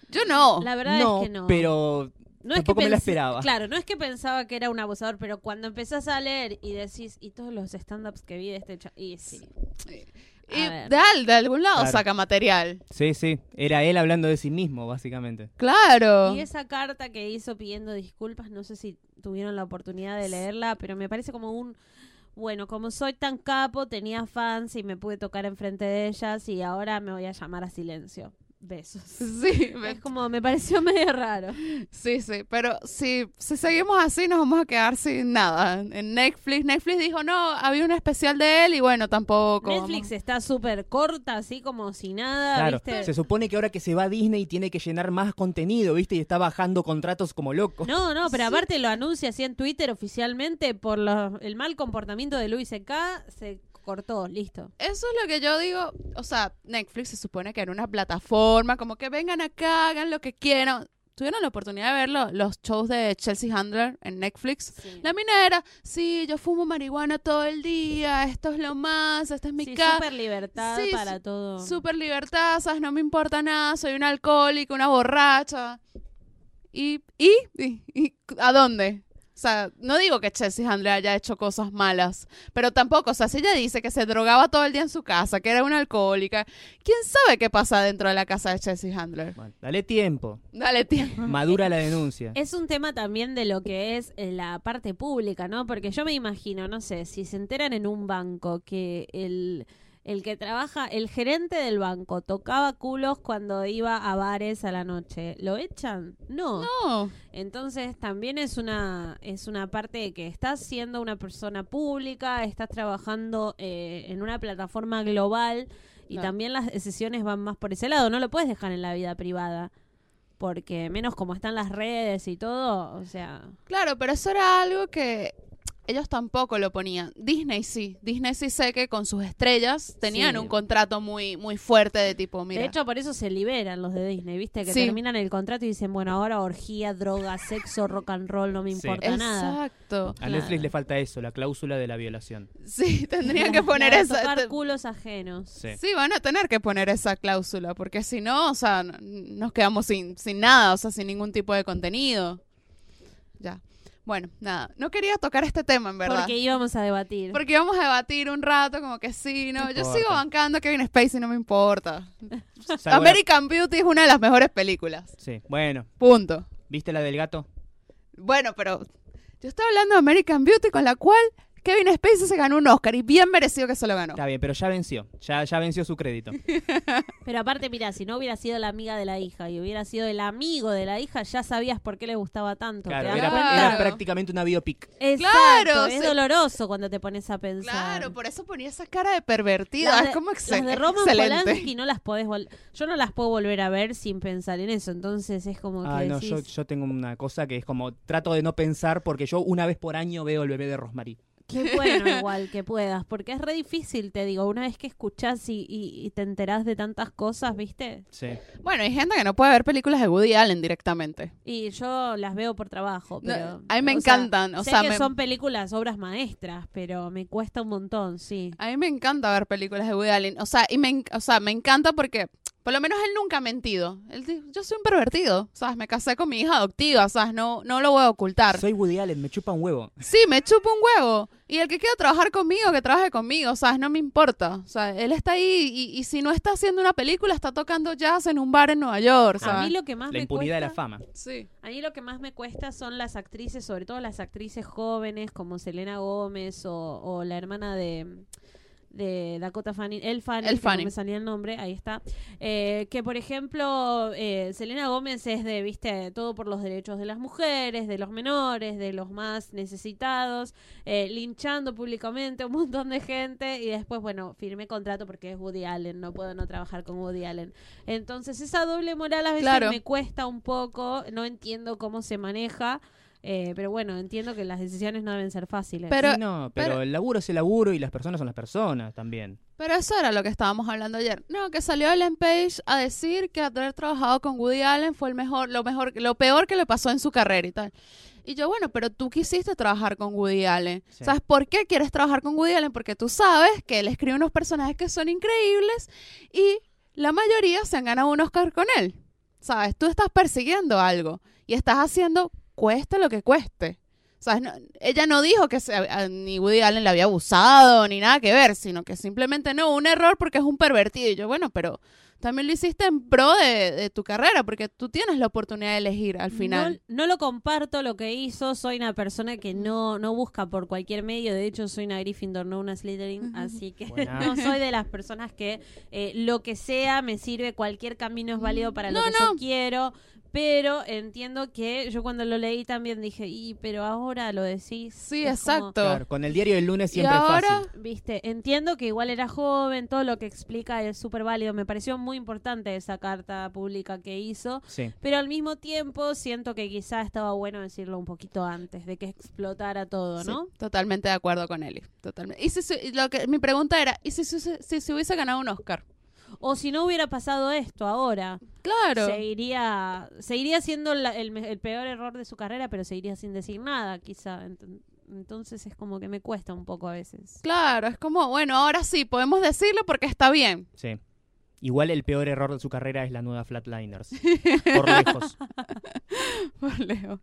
Speaker 1: Yo no.
Speaker 3: La verdad
Speaker 2: no,
Speaker 3: es que no.
Speaker 2: pero
Speaker 3: No
Speaker 2: Tampoco me la
Speaker 3: pens-
Speaker 2: esperaba.
Speaker 3: Claro, no es que pensaba que era un abusador, pero cuando empezás a leer y decís, y todos los stand-ups que vi de este chaval. Y sí.
Speaker 1: Y
Speaker 3: A ver.
Speaker 1: de, al- de algún lado
Speaker 2: Claro.
Speaker 1: saca material.
Speaker 2: sí, sí, era él hablando de sí mismo, básicamente. Oh.
Speaker 1: Claro.
Speaker 3: Y esa carta que hizo pidiendo disculpas, no sé si tuvieron la oportunidad de leerla, pero me parece como un. Bueno, como soy tan capo, tenía fans y me pude tocar enfrente de ellas y ahora me voy a llamar a silencio. Besos.
Speaker 1: Sí, me-
Speaker 3: Es como, me pareció [laughs] medio raro.
Speaker 1: sí, sí. Pero si, si seguimos así, nos vamos a quedar sin nada. En Netflix, Netflix dijo, no, había un especial de él y bueno, tampoco. vamos.
Speaker 3: Netflix eh. está súper corta, así como si nada,
Speaker 2: Claro,
Speaker 3: ¿viste?
Speaker 2: se supone que ahora que se va a Disney tiene que llenar más contenido, ¿viste? Y está bajando contratos como loco.
Speaker 3: No, no, pero aparte lo anuncia así en Twitter oficialmente por los- el mal comportamiento de Luis C.K. se cortó, listo.
Speaker 1: Eso es lo que yo digo. O sea, Netflix se supone que era una plataforma, como que vengan acá, hagan lo que quieran. Tuvieron la oportunidad de ver lo- los shows de Chelsea Handler en Netflix. La mina era, sí, yo fumo marihuana todo el día, esto es lo más, esta es mi
Speaker 3: Sí,
Speaker 1: casa.
Speaker 3: súper libertad
Speaker 1: Sí,
Speaker 3: para
Speaker 1: su-
Speaker 3: todo.
Speaker 1: Súper libertad, ¿sabes? No me importa nada, soy una alcohólica, una borracha. ¿Y, y, y, y a dónde? O sea, no digo que Chelsea Handler haya hecho cosas malas, pero tampoco, o sea, si ella dice que se drogaba todo el día en su casa, que era una alcohólica, ¿quién sabe qué pasa dentro de la casa de Chelsea Handler?
Speaker 2: Bueno, dale tiempo,
Speaker 1: Dale tiempo.
Speaker 2: madura la denuncia.
Speaker 3: Ah, eh. Es un tema también de lo que es eh, la parte pública, ¿no? Porque yo me imagino, no sé, si se enteran en un banco que el, el que trabaja, el gerente del banco tocaba culos cuando iba a bares a la noche, ¿lo echan? No.
Speaker 1: No,
Speaker 3: Entonces también es una, es una parte de que estás siendo una persona pública, estás trabajando eh, en una plataforma global y
Speaker 1: Claro.
Speaker 3: también las decisiones van más por ese lado, no lo puedes dejar en la vida privada, porque menos como están las redes y todo, o sea...
Speaker 1: claro, pero eso era algo que ellos tampoco lo ponían. Disney sí, Disney sí sé que con sus estrellas tenían
Speaker 3: Sí.
Speaker 1: un contrato muy, muy fuerte de tipo, mira.
Speaker 3: De hecho, por eso se liberan los de Disney, ¿viste? Que
Speaker 1: Sí.
Speaker 3: terminan el contrato y dicen, bueno, ahora orgía, droga, sexo, rock and roll, no me
Speaker 2: Sí.
Speaker 3: importa nada. Ah.
Speaker 1: Exacto.
Speaker 2: A Netflix
Speaker 3: claro.
Speaker 2: le falta eso, la cláusula de la violación.
Speaker 1: Sí,
Speaker 3: [laughs]
Speaker 1: tendrían que
Speaker 3: Claro,
Speaker 1: poner esa.
Speaker 3: Tocar
Speaker 1: te-
Speaker 3: culos ajenos.
Speaker 2: Sí.
Speaker 1: Sí, van a tener que poner esa cláusula, porque si no, o sea, n- nos quedamos sin, sin nada, o sea, sin ningún tipo de contenido. Ya. Bueno, nada. No quería tocar este tema, en verdad.
Speaker 3: Porque íbamos a debatir.
Speaker 1: Porque íbamos a debatir un rato, como que sí, no.
Speaker 2: No
Speaker 1: Yo
Speaker 2: importa.
Speaker 1: sigo bancando Kevin Spacey, no me importa.
Speaker 2: Salvo la-
Speaker 1: American Beauty es una de las mejores películas.
Speaker 2: Sí, bueno,
Speaker 1: Punto.
Speaker 2: ¿viste la del gato?
Speaker 1: Bueno, pero yo estaba hablando de American Beauty, con la cual Kevin Spacey se ganó un Oscar y bien merecido que se lo ganó.
Speaker 2: Está bien, pero ya venció, ya, ya venció su crédito.
Speaker 3: [laughs] Pero aparte, mira, si no hubiera sido la amiga de la hija y hubiera sido el amigo de la hija, ya sabías por qué le gustaba tanto.
Speaker 2: Claro,
Speaker 3: ¿te
Speaker 2: era,
Speaker 3: das
Speaker 1: Claro.
Speaker 3: cuenta?
Speaker 2: era prácticamente una biopic.
Speaker 3: Exacto,
Speaker 1: Claro,
Speaker 3: es
Speaker 1: se-
Speaker 3: doloroso cuando te pones a pensar.
Speaker 1: Claro, por eso ponía esa cara de pervertida.
Speaker 3: Las
Speaker 1: es
Speaker 3: de-
Speaker 1: como
Speaker 3: Las
Speaker 1: excel-
Speaker 3: de Roman
Speaker 1: excelente.
Speaker 3: Polanski no las podés vol- Yo no las puedo volver a ver sin pensar en eso. Entonces es como que
Speaker 2: Ah, no,
Speaker 3: decís,
Speaker 2: yo, yo tengo una cosa que es como trato de no pensar porque yo una vez por año veo el bebé de Rosemary.
Speaker 1: [laughs]
Speaker 3: qué bueno igual que puedas. Porque es re difícil, te digo. Una vez que escuchás y, y- y te enterás de tantas cosas, ¿viste?
Speaker 2: Sí.
Speaker 1: Bueno, hay gente que no puede ver películas de Woody Allen directamente.
Speaker 3: Y yo las veo por trabajo.
Speaker 1: No,
Speaker 3: Pero,
Speaker 1: a mí me
Speaker 3: o sea,
Speaker 1: encantan, o
Speaker 3: sé
Speaker 1: sea,
Speaker 3: que
Speaker 1: me-
Speaker 3: son películas, obras maestras, pero me cuesta un montón, sí.
Speaker 1: A mí me encanta ver películas de Woody Allen. O sea, y me, en- o sea, me encanta porque, Por lo menos él nunca ha mentido. Él dijo, yo soy un pervertido, ¿sabes? Me casé con mi hija adoptiva, ¿sabes? No, no lo voy a ocultar.
Speaker 2: Soy Woody Allen, me chupa un huevo.
Speaker 1: Sí, me chupa un huevo. Y el que quiera trabajar conmigo, que trabaje conmigo, ¿sabes? No me importa. O sea, él está ahí y, y si no está haciendo una película, está tocando jazz en un bar en Nueva York,
Speaker 3: A mí
Speaker 1: ¿sabes?
Speaker 3: lo que más
Speaker 2: La
Speaker 3: Ah, me
Speaker 2: impunidad de la
Speaker 3: cuesta-
Speaker 2: fama.
Speaker 1: Sí.
Speaker 3: A mí lo que más me cuesta son las actrices, sobre todo las actrices jóvenes como Selena Gómez o, o la hermana de, de Dakota Fanning, El Fanning,
Speaker 1: Elle
Speaker 3: que no
Speaker 1: Fanning.
Speaker 3: me salía el nombre, ahí está. Eh, que por ejemplo, eh, Selena Gómez es de, viste, todo por los derechos de las mujeres, de los menores, de los más necesitados, eh, linchando públicamente a un [laughs] montón de gente y después, bueno, firmé contrato porque es Woody Allen, no puedo no trabajar con Woody Allen. Entonces esa doble moral a veces
Speaker 1: Claro.
Speaker 3: me cuesta un poco, no entiendo cómo se maneja, eh, pero bueno, entiendo que las decisiones no deben ser fáciles.
Speaker 1: Pero-
Speaker 2: Sí, no, pero,
Speaker 1: pero-
Speaker 2: el laburo es el laburo y las personas son las personas también.
Speaker 1: Pero eso era lo que estábamos hablando ayer. No, que salió Ellen Page a decir que haber trabajado con Woody Allen fue el mejor, lo mejor, lo peor que le pasó en su carrera y tal. Y yo, bueno, pero tú quisiste trabajar con Woody Allen.
Speaker 2: Sí.
Speaker 1: ¿Sabes por qué quieres trabajar con Woody Allen? Porque tú sabes que él escribe unos personajes que son increíbles y la mayoría se han ganado un Oscar con él. ¿Sabes? Tú estás persiguiendo algo y estás haciendo cueste lo que cueste. ¿Sabes? No- ella no dijo que se- a- ni Woody Allen le había abusado ni nada que ver, sino que simplemente no, un error porque es un pervertido. Y yo, bueno, pero también lo hiciste en pro de, de tu carrera, porque tú tienes la oportunidad de elegir al final.
Speaker 3: No, no lo comparto lo que hizo. Soy una persona que no, no busca por cualquier medio. De hecho, soy una Gryffindor, no una Slytherin. Así que
Speaker 2: Buena.
Speaker 3: [laughs] no soy de las personas que eh, lo que sea me sirve. Cualquier camino es válido para lo
Speaker 1: No,
Speaker 3: que
Speaker 1: no.
Speaker 3: yo quiero. Pero entiendo que yo cuando lo leí también dije, y pero ahora lo decís.
Speaker 1: Sí,
Speaker 3: Es como-
Speaker 1: exacto.
Speaker 2: Claro, con el diario del lunes
Speaker 1: y
Speaker 2: siempre es
Speaker 1: ahora,
Speaker 2: fácil.
Speaker 3: Viste, entiendo que igual era joven, todo lo que explica es súper válido. Me pareció muy importante esa carta pública que hizo.
Speaker 2: Sí.
Speaker 3: Pero al mismo tiempo siento que quizá estaba bueno decirlo un poquito antes de que explotara todo,
Speaker 1: Sí,
Speaker 3: ¿no?
Speaker 1: totalmente de acuerdo con Eli. Totalmente. Y si, se- y lo que, mi pregunta era, ¿y si, se- si se hubiese ganado un Oscar?
Speaker 3: O si no hubiera pasado esto ahora,
Speaker 1: Claro.
Speaker 3: seguiría, seguiría siendo la- el, me- el peor error de su carrera, pero seguiría sin decir nada, quizá. Ent- Entonces es como que me cuesta un poco a veces.
Speaker 1: Claro, es como, bueno, ahora sí, podemos decirlo porque está bien.
Speaker 2: Sí. Igual el peor error de su carrera es la
Speaker 1: [laughs]
Speaker 2: nueva Flatliners. Por lejos.
Speaker 1: Por lejos.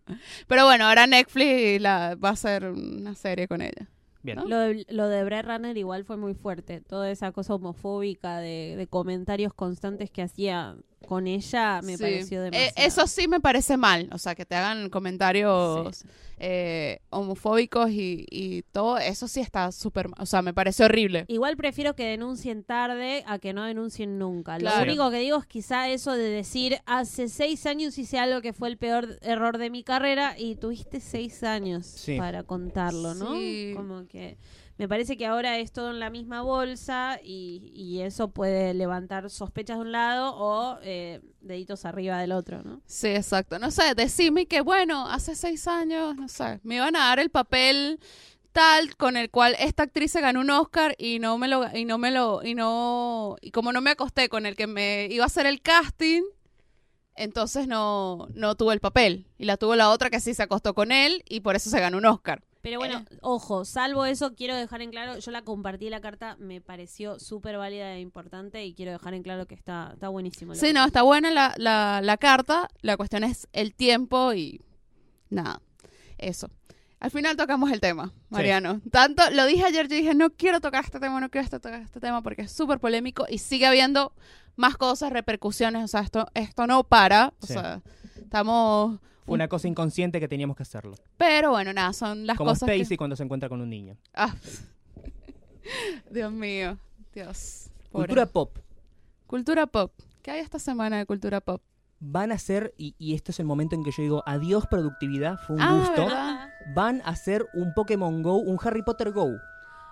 Speaker 1: Pero bueno, ahora Netflix la, va a hacer una serie con ella.
Speaker 2: Bien.
Speaker 1: ¿No?
Speaker 3: Lo de, lo de Brett Runner igual fue muy fuerte. Toda esa cosa homofóbica de, de comentarios constantes que hacía con ella Ah, me
Speaker 1: Sí.
Speaker 3: pareció
Speaker 1: Eh,
Speaker 3: demasiado.
Speaker 1: eso sí me parece mal, o sea, que te hagan comentarios
Speaker 3: Sí.
Speaker 1: eh, homofóbicos y, y todo, eso sí está súper, ma- o sea, me parece horrible.
Speaker 3: Igual prefiero que denuncien tarde a que no denuncien nunca.
Speaker 1: Claro.
Speaker 3: Lo único que digo es quizá eso de decir, hace seis años hice algo que fue el peor error de mi carrera y tuviste seis años
Speaker 2: Sí.
Speaker 3: para contarlo, ¿no?
Speaker 1: Sí.
Speaker 3: Como que me parece que ahora es todo en la misma bolsa y, y eso puede levantar sospechas de un lado o eh, deditos arriba del otro, ¿no?
Speaker 1: Sí, exacto. No sé, decime que, bueno, hace seis años, no sé, me iban a dar el papel tal con el cual esta actriz se ganó un Oscar y no me lo, y no me lo, y no, y como no me acosté con el que me iba a hacer el casting, entonces no, no tuvo el papel. Y la tuvo la otra que sí se acostó con él y por eso se ganó un Oscar.
Speaker 3: Pero bueno, ojo, salvo eso, quiero dejar en claro, yo la compartí la carta, me pareció súper válida e importante y quiero dejar en claro que está, está buenísimo. lo
Speaker 1: Sí,
Speaker 3: que
Speaker 1: no, está buena la, la, la carta. La cuestión es el tiempo y nada. Eso. Al final tocamos el tema, Mariano. Tanto lo dije ayer, yo dije, no quiero tocar este tema, no quiero este- tocar este tema porque es súper polémico y sigue habiendo más cosas, repercusiones. O sea, esto, esto no para. O
Speaker 2: Sí.
Speaker 1: sea, estamos.
Speaker 2: Fue una cosa inconsciente que teníamos que hacerlo.
Speaker 1: Pero bueno, nada, son las
Speaker 2: Como
Speaker 1: cosas. que-
Speaker 2: Spacey cuando se encuentra con un niño.
Speaker 1: Ah. [laughs] Dios mío. Dios. Pobre.
Speaker 2: Cultura pop.
Speaker 1: Cultura pop. ¿Qué hay esta semana de cultura pop?
Speaker 2: Van a ser, y, y esto es el momento en que yo digo, adiós productividad, fue un
Speaker 1: Ah,
Speaker 2: gusto.
Speaker 1: ¿verdad?
Speaker 2: Van a ser un Pokémon Go, un Harry Potter Go.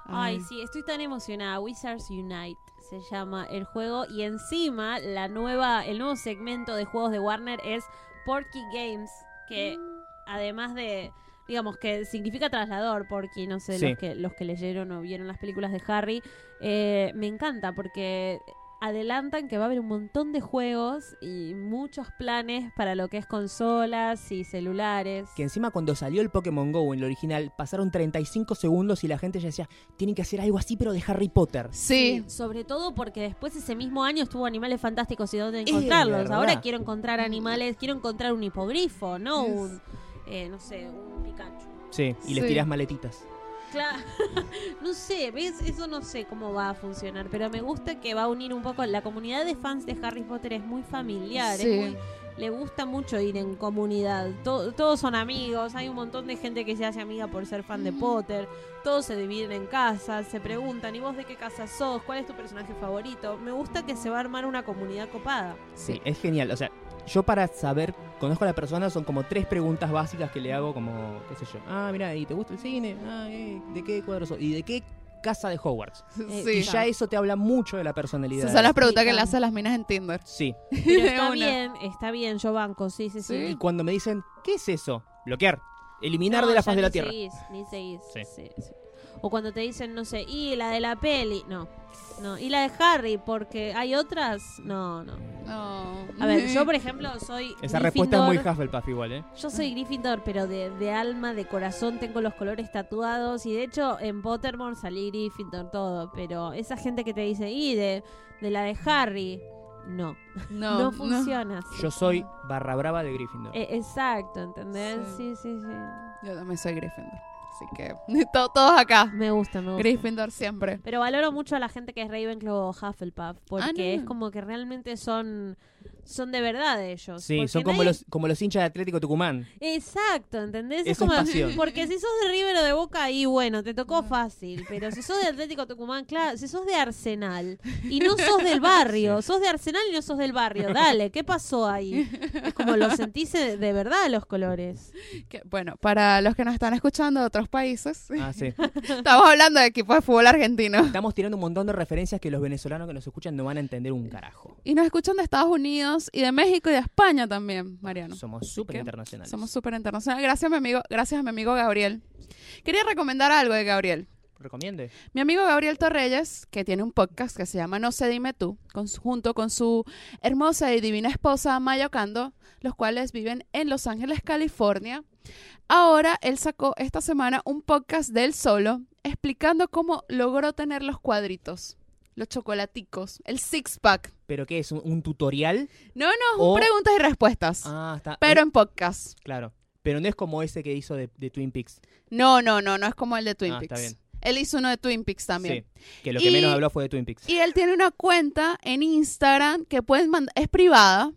Speaker 3: Ay, sí, estoy tan emocionada. Wizards Unite se llama el juego y encima la nueva, el nuevo segmento de juegos de Warner es Porky Games, que además de, digamos que significa traslador, Porky, no sé,
Speaker 2: Sí.
Speaker 3: los, que, los que leyeron o vieron las películas de Harry, eh, me encanta porque adelantan que va a haber un montón de juegos y muchos planes para lo que es consolas y celulares.
Speaker 2: Que encima cuando salió el Pokémon Go en el original, pasaron 35 segundos y la gente ya decía, tienen que hacer algo así, pero de Harry Potter.
Speaker 1: Sí.
Speaker 3: Sí, sobre todo porque después ese mismo año estuvo Animales Fantásticos y dónde
Speaker 2: Es
Speaker 3: encontrarlos.
Speaker 2: verdad.
Speaker 3: Ahora quiero encontrar animales, quiero encontrar un hipogrifo, no
Speaker 1: Es-
Speaker 3: un, eh, no sé, un Pikachu.
Speaker 2: Sí, y les
Speaker 1: Sí.
Speaker 2: tirás maletitas.
Speaker 3: Claro, [laughs] no sé, ¿ves? Eso no sé cómo va a funcionar, pero me gusta que va a unir un poco. La comunidad de fans de Harry Potter es muy familiar, es
Speaker 1: Sí.
Speaker 3: muy- le gusta mucho ir en comunidad. To- todos son amigos, hay un montón de gente que se hace amiga por ser fan
Speaker 1: Mm.
Speaker 3: de Potter. Todos se dividen en casas, se preguntan, ¿y vos de qué casa sos? ¿Cuál es tu personaje favorito? Me gusta que se va a armar una comunidad
Speaker 1: [laughs]
Speaker 3: copada.
Speaker 2: Sí, es genial. O sea, yo para saber, conozco a la persona, son como tres preguntas básicas que le hago, como, qué sé yo. Ah, mira, ¿y te gusta el cine? Ah, eh, ¿de qué cuadro sos? ¿Y de qué casa de Hogwarts?
Speaker 3: Eh,
Speaker 1: sí.
Speaker 2: Y ya eso te habla mucho de la personalidad.
Speaker 1: Esas son las preguntas que
Speaker 3: Explican.
Speaker 1: le hacen las minas en Tinder.
Speaker 2: Sí.
Speaker 3: Pero
Speaker 1: De
Speaker 3: está
Speaker 1: una.
Speaker 3: bien, está bien, yo banco, sí, sí, sí.
Speaker 2: Y cuando me dicen, ¿qué es eso? Bloquear. Eliminar
Speaker 3: No,
Speaker 2: de la
Speaker 3: ya
Speaker 2: faz de la
Speaker 3: ni
Speaker 2: Tierra.
Speaker 3: seguís, ni seguís.
Speaker 2: Sí.
Speaker 3: Sí, sí. O cuando te dicen, no sé, y la de la peli. No, no. Y la de Harry, porque hay otras. No, no.
Speaker 1: No.
Speaker 3: A ver, yo por ejemplo soy.
Speaker 2: Esa
Speaker 3: Gryffindor.
Speaker 2: respuesta es muy Hufflepuff igual, ¿eh?
Speaker 3: Yo soy Gryffindor, pero de, de alma, de corazón, tengo los colores tatuados. Y de hecho, en Pottermore salí Gryffindor, todo. Pero esa gente que te dice, y de, de la de Harry. No, no,
Speaker 1: no,
Speaker 3: funciona. así.
Speaker 2: Yo soy barra brava de Gryffindor.
Speaker 3: Eh, exacto, ¿entendés?
Speaker 1: Sí.
Speaker 3: sí, sí.
Speaker 1: no. Yo también soy Gryffindor. Así que [laughs] to- todos acá.
Speaker 3: sí. Me gusta, me gusta.
Speaker 1: Gryffindor siempre.
Speaker 3: Pero valoro mucho a la gente que es Ravenclaw o Hufflepuff, porque
Speaker 1: Ah, no.
Speaker 3: es como que realmente son son de verdad ellos.
Speaker 2: sí,
Speaker 3: Porque
Speaker 2: son como
Speaker 3: nadie-
Speaker 2: los, como los hinchas de Atlético
Speaker 1: [laughs]
Speaker 2: Tucumán.
Speaker 3: Exacto, ¿entendés?
Speaker 2: Eso es
Speaker 3: como
Speaker 2: pasión.
Speaker 3: [laughs] porque si sos de River o de Boca ahí bueno, te tocó fácil, pero si sos de Atlético Tucumán, claro, si sos de Arsenal
Speaker 1: [laughs]
Speaker 3: y no sos del barrio, sos de Arsenal y no sos del barrio, dale, ¿qué pasó ahí? Es como lo sentís de de verdad los colores.
Speaker 1: Que, bueno, para los que nos están escuchando de otros países, [laughs]
Speaker 2: Ah, sí.
Speaker 1: estamos hablando de equipos de fútbol argentino.
Speaker 2: Estamos tirando un montón de referencias que los venezolanos que nos escuchan no van a entender un carajo.
Speaker 1: Y nos escuchan de Estados Unidos y de México y de España también, Mariano.
Speaker 2: Somos súper
Speaker 1: ¿Qué?
Speaker 2: internacionales.
Speaker 1: Somos súper internacionales. Gracias, mi amigo, gracias a mi amigo Gabriel. Quería recomendar algo de Gabriel.
Speaker 2: Recomiende.
Speaker 1: Mi amigo Gabriel Torreyes, que tiene un podcast que se llama No se dime tú, con su- junto con su hermosa y divina esposa Maya Ocando, los cuales viven en Los Ángeles, California. Ahora él sacó esta semana un podcast del solo explicando cómo logró tener los cuadritos, los chocolaticos, el six pack.
Speaker 2: ¿Pero qué es? ¿Un, un tutorial?
Speaker 1: No, no, es
Speaker 2: O-
Speaker 1: un preguntas y respuestas,
Speaker 2: Oh. Ah, está.
Speaker 1: pero
Speaker 2: Eh,
Speaker 1: en podcast.
Speaker 2: Claro. Pero no es como ese que hizo de, de Twin Peaks.
Speaker 1: No, no, no, no es como el de Twin
Speaker 2: Ah, está
Speaker 1: Peaks.
Speaker 2: bien.
Speaker 1: Él hizo uno de Twin Peaks también.
Speaker 2: Sí, que lo que
Speaker 1: Y-
Speaker 2: menos habló fue de Twin Peaks.
Speaker 1: Y él tiene una cuenta en Instagram que pueden mandar, es privada,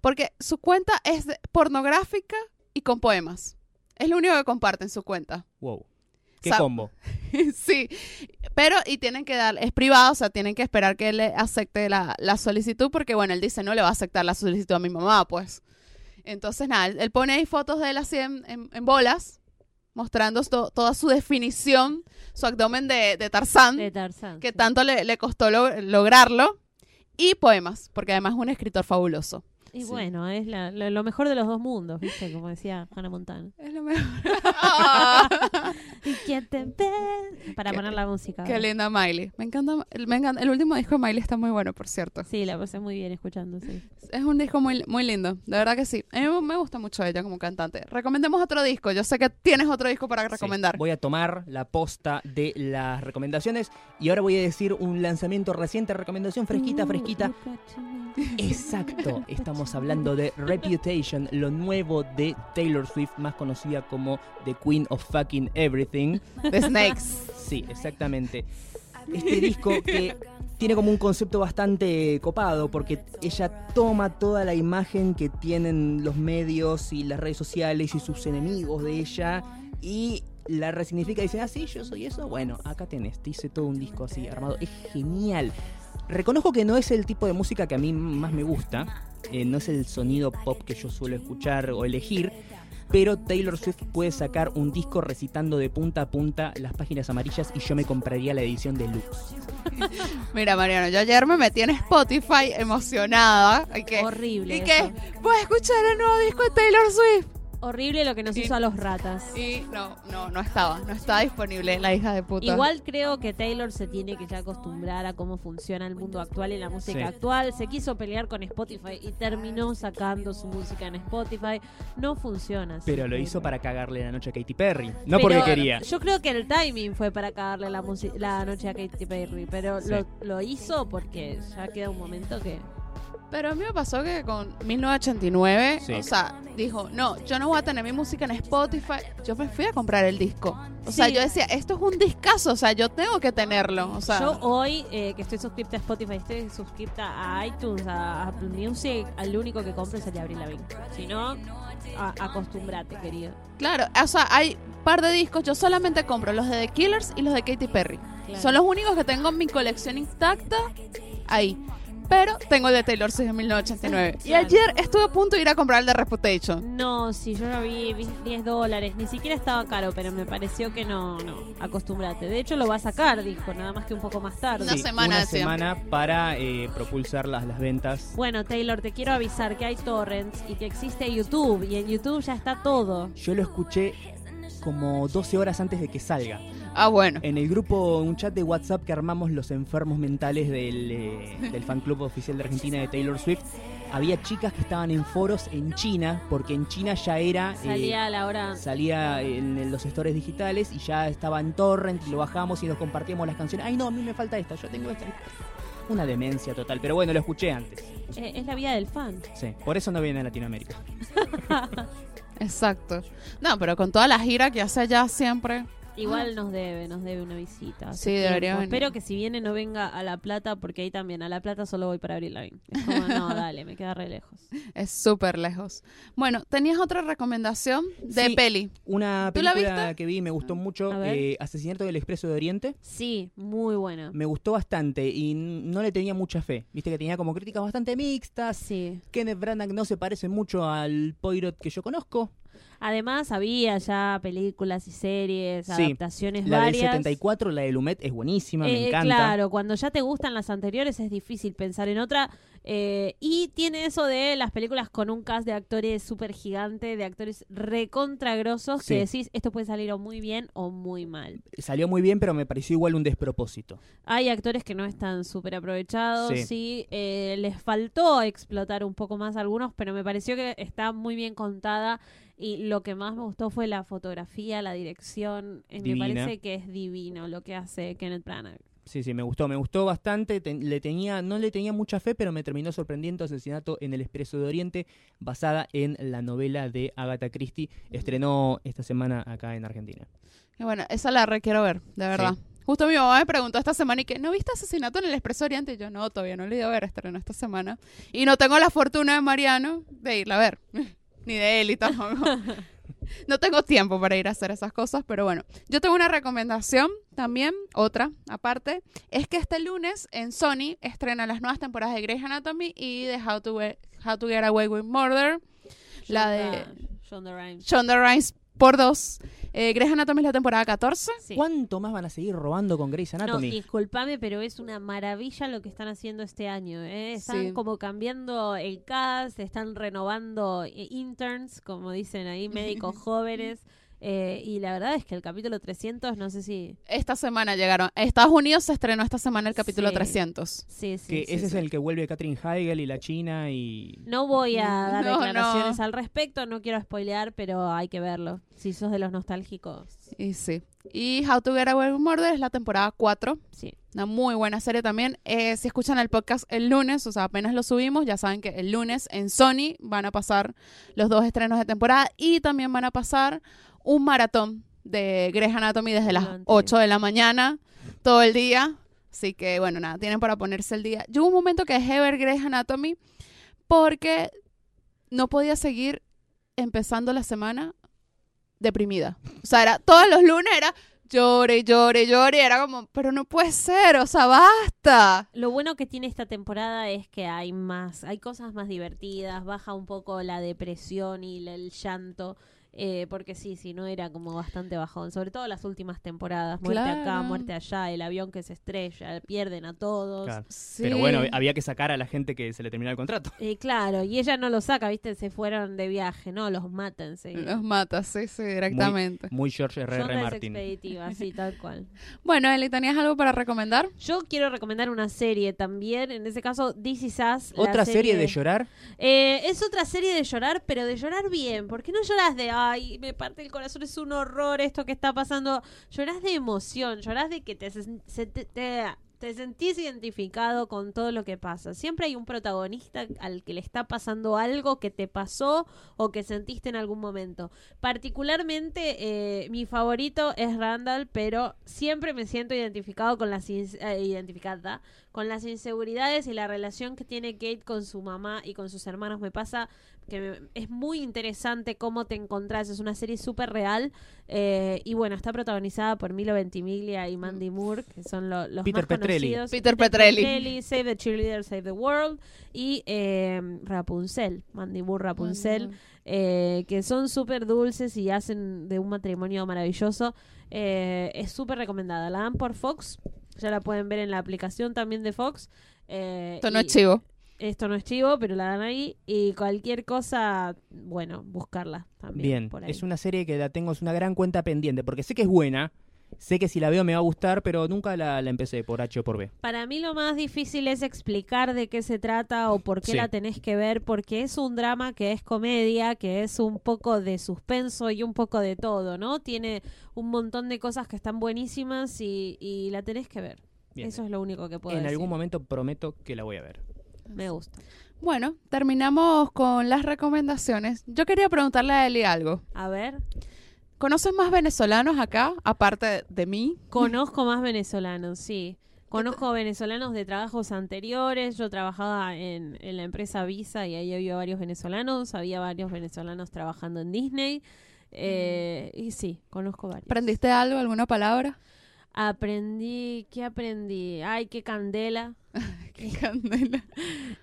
Speaker 1: porque su cuenta es de- pornográfica y con poemas. Es lo único que comparten su cuenta. [laughs]
Speaker 2: Wow. Qué
Speaker 1: Sa-
Speaker 2: combo.
Speaker 1: sí, pero y tienen que dar, es privado, o sea, tienen que esperar que él le acepte la, la solicitud, porque bueno, él dice, no le va a aceptar la solicitud a mi mamá, pues. Entonces, nada, él, él pone ahí fotos de él así en, en- en bolas, mostrando to- toda su definición, su abdomen de, de Tarzán
Speaker 3: De Tarzán.
Speaker 1: que
Speaker 3: sí.
Speaker 1: tanto le, le costó lo- lograrlo. Y poemas, porque además es un escritor fabuloso.
Speaker 3: Y
Speaker 2: Sí.
Speaker 3: bueno, es la- lo, lo mejor de los dos mundos, ¿viste? Como decía Hannah Montana.
Speaker 1: Es lo [laughs] mejor.
Speaker 3: Y que te ve- Para
Speaker 1: Qué-
Speaker 3: poner la música. ¿eh?
Speaker 1: Qué
Speaker 3: ahora.
Speaker 1: linda Miley. Me encanta, me encanta. El último disco de Miley está muy bueno, por cierto.
Speaker 3: Sí, la pasé muy bien escuchando, sí.
Speaker 1: Es un disco muy, muy lindo, de verdad que sí. A mí me gusta mucho ella como cantante. Recomendemos otro disco. Yo sé que tienes otro disco para recomendar.
Speaker 2: Sí, Voy a tomar la posta de las recomendaciones y ahora voy a decir un lanzamiento reciente, recomendación fresquita, fresquita. Exacto, estamos hablando de Reputation, lo nuevo de Taylor Swift, más conocida como The Queen of Fucking Everything.
Speaker 1: The Snakes.
Speaker 2: Sí, exactamente. Este disco que tiene como un concepto bastante copado porque ella toma toda la imagen que tienen los medios y las redes sociales y sus enemigos de ella y la resignifica y dice, ah, sí, yo soy eso. Bueno, acá tenés, te hice todo un disco así armado. Es genial. Reconozco que no es el tipo de música que a mí más me gusta, eh, no es el sonido pop que yo suelo escuchar o elegir, pero Taylor Swift puede sacar un disco recitando de punta a punta las páginas amarillas y yo me compraría la edición deluxe.
Speaker 1: Mira, Mariano, yo ayer me metí en Spotify emocionada. y que-
Speaker 3: Horrible.
Speaker 1: ¿Y qué?
Speaker 3: eso.
Speaker 1: ¿Puedes escuchar el nuevo disco de Taylor Swift?
Speaker 3: horrible lo que nos
Speaker 1: Sí.
Speaker 3: hizo a los ratas.
Speaker 1: Y no, no, no estaba. No estaba disponible la hija de puta.
Speaker 3: Igual creo que Taylor se tiene que ya acostumbrar a cómo funciona el mundo actual y la música
Speaker 2: Sí.
Speaker 3: actual. Se quiso pelear con Spotify y terminó sacando su música en Spotify. No funciona. así.
Speaker 2: Pero lo hizo para cagarle la noche a Katy Perry. No
Speaker 3: Pero
Speaker 2: porque quería.
Speaker 3: Yo creo que el timing fue para cagarle la, musi- la noche a Katy Perry, pero
Speaker 2: Sí.
Speaker 3: lo, lo hizo porque ya queda un momento que...
Speaker 1: Pero a mí me pasó que con 1989,
Speaker 2: Sí.
Speaker 1: o sea, dijo, no, yo no voy a tener mi música en Spotify. Yo me fui a comprar el disco. O sea,
Speaker 3: Sí.
Speaker 1: yo decía, esto es un discazo, o sea, yo tengo que tenerlo. O sea,
Speaker 3: Yo hoy, eh, que estoy suscripta a Spotify, estoy suscripta a iTunes, a Apple Music, al único que compro es el de Abril Lavigne. Si no, a- acostúmbrate, querido.
Speaker 1: claro, o sea, hay un par de discos, yo solamente compro los de The Killers y los de Katy Perry. Son los únicos que tengo en mi colección intacta ahí. Pero tengo el de Taylor Swift de 1989. Y
Speaker 3: Claro.
Speaker 1: ayer estuve a punto de ir a comprar el de Reputation.
Speaker 3: No, si yo lo vi, vi 10 dólares, ni siquiera estaba caro, pero me pareció que no, no, acostúmbrate. De hecho, lo va a sacar, dijo, nada más que un poco más tarde.
Speaker 1: Una
Speaker 2: Sí,
Speaker 1: semana,
Speaker 2: una
Speaker 1: decía.
Speaker 2: semana para eh, propulsar las, las ventas.
Speaker 3: Bueno, Taylor, te quiero avisar que hay torrents y que existe YouTube, y en YouTube ya está todo.
Speaker 2: Yo lo escuché como 12 horas antes de que salga.
Speaker 1: Ah, bueno.
Speaker 2: En el grupo, un chat de WhatsApp que armamos los enfermos mentales del, eh, del fan club oficial de Argentina de Taylor Swift, había chicas que estaban en foros en China, porque en China ya era... eh,
Speaker 3: Salía a la hora.
Speaker 2: salía en los stores digitales y ya estaba en torrent y lo bajamos y nos compartíamos las canciones. Ay, no, a mí me falta esta, yo tengo esta. Una demencia total, pero bueno, lo escuché antes.
Speaker 3: Eh, es la vida del fan.
Speaker 2: Sí, por eso no viene a Latinoamérica.
Speaker 1: Exacto. No, pero con toda la gira que hace allá siempre.
Speaker 2: Ah.
Speaker 3: Igual nos debe, nos debe una visita. hace
Speaker 1: Sí, debería venir.
Speaker 3: Espero que si viene no venga a La Plata, porque ahí también, a La Plata solo voy para Abril Lavigne. Es
Speaker 2: [laughs]
Speaker 3: como, no, dale, me queda re lejos.
Speaker 1: Es súper lejos. Bueno, tenías otra recomendación de
Speaker 2: Sí.
Speaker 1: peli.
Speaker 2: Una
Speaker 1: ¿Tú la
Speaker 2: película
Speaker 1: viste?
Speaker 2: que vi me gustó
Speaker 3: A
Speaker 2: mucho,
Speaker 3: ver.
Speaker 2: eh, Asesinato del Expreso de Oriente.
Speaker 3: Sí, muy buena.
Speaker 2: Me gustó bastante y n- no le tenía mucha fe. Viste que tenía como críticas bastante mixtas.
Speaker 3: Sí.
Speaker 2: Kenneth Branagh no se parece mucho al Poirot que yo conozco.
Speaker 3: Además, había ya películas y series,
Speaker 2: Sí,
Speaker 3: adaptaciones
Speaker 2: La del
Speaker 3: varias.
Speaker 2: 74, la de Lumet, es buenísima, me
Speaker 3: Eh,
Speaker 2: encanta.
Speaker 3: Claro, cuando ya te gustan las anteriores es difícil pensar en otra. Eh, y tiene eso de las películas con un cast de actores súper gigante, de actores recontragrosos,
Speaker 2: Sí.
Speaker 3: que decís, esto puede salir o muy bien o muy mal.
Speaker 2: Salió muy bien, pero me pareció igual un despropósito.
Speaker 3: Hay actores que no están súper aprovechados, sí.
Speaker 2: Sí.
Speaker 3: eh, les faltó explotar un poco más algunos, pero me pareció que está muy bien contada. Y lo que más me gustó fue la fotografía, la dirección. Eh, me
Speaker 2: Divina.
Speaker 3: parece que es divino lo que hace Kenneth Branagh.
Speaker 2: Sí, sí, me gustó, me gustó bastante. Ten- le tenía, no le tenía mucha fe, pero me terminó sorprendiendo Asesinato en el Expreso de Oriente, basada en la novela de Agatha Christie. Estrenó esta semana acá en Argentina.
Speaker 1: Y bueno, esa la requiero ver, de verdad. Justo mi mamá me preguntó esta semana y que, ¿no viste Asesinato en el Expreso Oriente? Y yo, no, todavía no lo he ido a ver, estrenó esta semana. Y no tengo la fortuna de Mariano de irla a ver. [laughs] Ni de él y tampoco. no tengo tiempo para ir a hacer esas cosas, pero bueno. Yo tengo una recomendación también, otra aparte. Es que este lunes en Sony estrena las nuevas temporadas de Grey's Anatomy y de How to, We- How to Get Away with Murder. La de-
Speaker 3: Shonda Rhimes.
Speaker 1: Shonda Rhimes por dos. Eh, Grey's Anatomy es la temporada 14.
Speaker 3: Sí.
Speaker 2: ¿Cuánto más van a seguir robando con Grey's
Speaker 3: No,
Speaker 2: Anatomy?
Speaker 3: discúlpame, pero es una maravilla lo que están haciendo este año. ¿eh? Están
Speaker 1: Sí.
Speaker 3: como cambiando el cast, están renovando eh, interns, como dicen ahí,
Speaker 1: [laughs]
Speaker 3: médicos jóvenes. eh, y la verdad es que el capítulo 300, no sé si...
Speaker 1: Esta semana llegaron. En Estados Unidos se estrenó esta semana el capítulo
Speaker 3: Sí.
Speaker 1: 300.
Speaker 3: Sí, sí,
Speaker 2: que
Speaker 3: sí,
Speaker 2: ese
Speaker 3: sí.
Speaker 2: es el que vuelve Catherine Heigl y la China y...
Speaker 3: No voy a dar
Speaker 1: No,
Speaker 3: declaraciones
Speaker 1: no.
Speaker 3: al respecto, no quiero spoilear, pero hay que verlo. Si sos de los nostálgicos,
Speaker 1: Y sí. Y How to Get Away with Murder es la temporada 4.
Speaker 3: sí.
Speaker 1: Una muy buena serie también. Eh, si escuchan el podcast el lunes, o sea, apenas lo subimos, ya saben que el lunes en Sony van a pasar los dos estrenos de temporada y también van a pasar un maratón de Grey's Anatomy desde las
Speaker 3: Durante.
Speaker 1: 8 de la mañana, todo el día. Así que, bueno, nada, tienen para ponerse el día. Yo hubo un momento que dejé de ver Grey's Anatomy porque no podía seguir empezando la semana deprimida. O sea, era todos los lunes era llore, llore, llore. Era como, pero no puede ser, o sea, basta.
Speaker 3: Lo bueno que tiene esta temporada es que hay más, hay cosas más divertidas, baja un poco la depresión y la- el llanto. eh, porque sí, sí, no era como bastante bajón, sobre todo las últimas temporadas, muerte acá,
Speaker 1: Claro.
Speaker 3: muerte allá, el avión que se estrella, pierden a todos.
Speaker 2: Claro.
Speaker 1: Sí.
Speaker 2: Pero bueno, había que sacar a la gente que se le terminaba el contrato.
Speaker 3: Eh, claro, y ella no lo saca, viste, se fueron de viaje, no, los matan, sí.
Speaker 1: Los mata, sí, sí, directamente.
Speaker 2: [laughs] Muy George R.R.
Speaker 3: Shonda es
Speaker 2: Martin. [laughs]
Speaker 3: expeditiva, sí, tal cual.
Speaker 1: Bueno, Eli, ¿tenías algo para recomendar?
Speaker 3: Yo quiero recomendar una serie también, en ese caso, This Is Us. la
Speaker 2: Otra serie de llorar.
Speaker 3: Eh, es otra serie de llorar, pero de llorar bien. Porque no lloras de, ay, me parte el corazón, es un horror esto que está pasando. Llorás de emoción, llorás de que te, sen- se- te, te- te sentís identificado con todo lo que pasa. Siempre hay un protagonista al que le está pasando algo que te pasó o que sentiste en algún momento. Particularmente, eh, mi favorito es Randall, pero siempre me siento identificado con las ins- eh, identificada con las inseguridades y la relación que tiene Kate con su mamá y con sus hermanos. Me pasa que me- es muy interesante cómo te encontrás. Es una serie súper real. eh, y bueno, está protagonizada por Milo Ventimiglia y Mandy Moore, que son lo- los
Speaker 2: Peter
Speaker 3: más
Speaker 2: Petrelli.
Speaker 3: conocidos.
Speaker 1: Peter Petrelli.
Speaker 3: Save the Cheerleader, Save the World. Y eh, Rapunzel, Mandy Moore Rapunzel
Speaker 1: Mm.
Speaker 3: eh, que son súper dulces y hacen de un matrimonio maravilloso. Eh, es súper recomendada. La dan por Fox. Ya la pueden ver en la aplicación también de Fox. Eh,
Speaker 1: Esto no
Speaker 3: y-
Speaker 1: es chivo.
Speaker 3: Esto no es chivo, pero la dan ahí. Y cualquier cosa, bueno, buscarla también.
Speaker 2: Bien,
Speaker 3: por ahí.
Speaker 2: es una serie que la tengo, es una gran cuenta pendiente, porque sé que es buena, sé que si la veo me va a gustar, pero nunca la, la empecé por H o por B.
Speaker 3: Para mí lo más difícil es explicar de qué se trata o por qué
Speaker 2: Sí.
Speaker 3: la tenés que ver, porque es un drama que es comedia, que es un poco de suspenso y un poco de todo, ¿no? Tiene un montón de cosas que están buenísimas y, y la tenés que ver.
Speaker 2: Bien.
Speaker 3: Eso es lo único que puedo
Speaker 2: en
Speaker 3: decir.
Speaker 2: algún momento prometo que la voy a ver.
Speaker 3: Me gusta.
Speaker 1: Bueno, terminamos con las recomendaciones. Yo quería preguntarle a Eli algo.
Speaker 3: A ver,
Speaker 1: ¿Conoces más venezolanos acá, aparte de mí?
Speaker 3: conozco más venezolanos, sí. Conozco venezolanos de trabajos anteriores. Yo trabajaba en, en la empresa Visa y ahí había varios venezolanos. Había varios venezolanos trabajando en Disney. Eh, y sí, conozco varios.
Speaker 1: ¿Aprendiste algo, alguna palabra?
Speaker 3: Aprendí, ¿qué aprendí? Ay, qué candela.
Speaker 1: Qué [laughs] candela.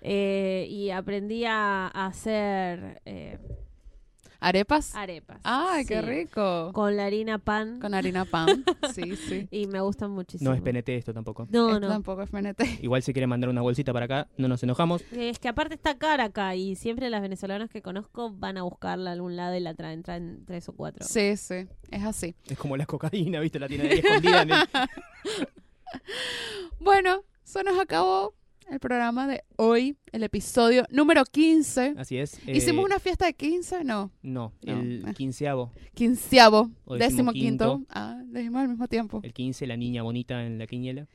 Speaker 3: Eh, y aprendí a, a hacer eh,
Speaker 1: ¿Arepas?
Speaker 3: arepas.
Speaker 1: ¡Ay, qué
Speaker 3: Sí,
Speaker 1: rico! Con,
Speaker 3: Con la harina pan.
Speaker 1: harina pan. Sí, sí.
Speaker 3: Y me gustan muchísimo.
Speaker 2: No es PNT esto tampoco.
Speaker 3: No,
Speaker 1: Esto
Speaker 3: no.
Speaker 1: Tampoco es PNT.
Speaker 2: Igual si quieren mandar una bolsita para acá, no nos enojamos.
Speaker 3: Es que aparte está cara acá y siempre las venezolanas que conozco van a buscarla a algún lado y la traen, traen tres o cuatro.
Speaker 1: Sí, sí. Es así.
Speaker 2: Es como la cocaína, ¿viste? La tiene ahí
Speaker 1: [laughs]
Speaker 2: escondida en el-
Speaker 1: Bueno, se nos acabó el programa de hoy, el episodio número 15.
Speaker 2: Así es. eh,
Speaker 1: ¿Hicimos una fiesta de 15? No,
Speaker 2: No,
Speaker 1: No.
Speaker 2: el
Speaker 1: Ah.
Speaker 2: quinceavo.
Speaker 1: quinceavo,
Speaker 2: O Eh,
Speaker 1: décimo quinto.
Speaker 2: decimoquinto.
Speaker 1: Ah, lo dijimos al mismo tiempo.
Speaker 2: El quince, la niña bonita en la quiniela.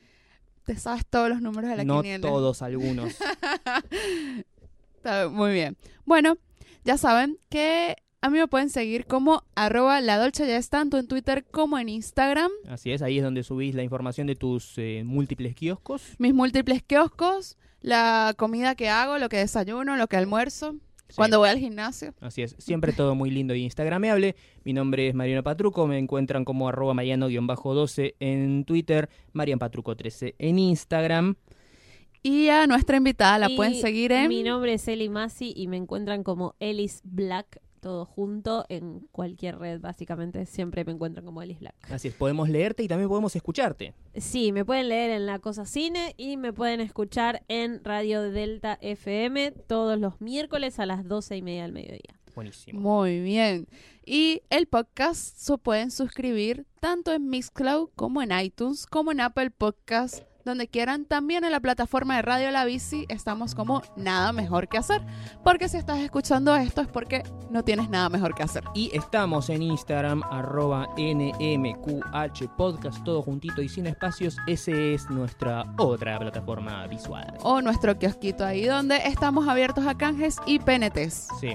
Speaker 1: Te sabes todos los números de la
Speaker 2: no
Speaker 1: quiniela.
Speaker 2: todos, algunos.
Speaker 1: [laughs] Está muy bien. Bueno, ya saben que a mí me pueden seguir como arroba la dolce ya es tanto en Twitter como en Instagram.
Speaker 2: Así es, ahí es donde subís la información de tus eh, múltiples kioscos.
Speaker 1: Mis múltiples kioscos, la comida que hago, lo que desayuno, lo que almuerzo,
Speaker 2: Sí.
Speaker 1: cuando voy al gimnasio.
Speaker 2: Así es, siempre todo muy lindo y instagrameable. Mi nombre es Mariano Patruco, me encuentran como arroba mariano-12 en Twitter, marianpatruco13 en Instagram.
Speaker 1: Y a nuestra invitada la
Speaker 3: Y
Speaker 1: pueden seguir en...
Speaker 3: Mi nombre es Eli Masi y me encuentran como Elis Black, todo junto, en cualquier red, básicamente. Siempre me encuentran como Elis Black.
Speaker 1: Ah.
Speaker 2: Así es, podemos leerte y también podemos escucharte.
Speaker 3: Sí, me pueden leer en La Cosa Cine y me pueden escuchar en Radio Delta FM todos los miércoles a las doce y media del mediodía.
Speaker 2: Buenísimo.
Speaker 1: Muy bien. Y el podcast se pueden suscribir tanto en Mixcloud como en iTunes, como en Apple Podcast, donde quieran. También en la plataforma de Radio La Bici estamos como nada mejor que hacer. Porque si estás escuchando esto es porque no tienes nada mejor que hacer.
Speaker 2: Y estamos en Instagram, arroba NMQH Podcast, todo juntito y sin espacios. Esa es nuestra otra plataforma visual.
Speaker 1: O nuestro kiosquito ahí donde estamos abiertos a canjes y PNTs.
Speaker 2: Sí,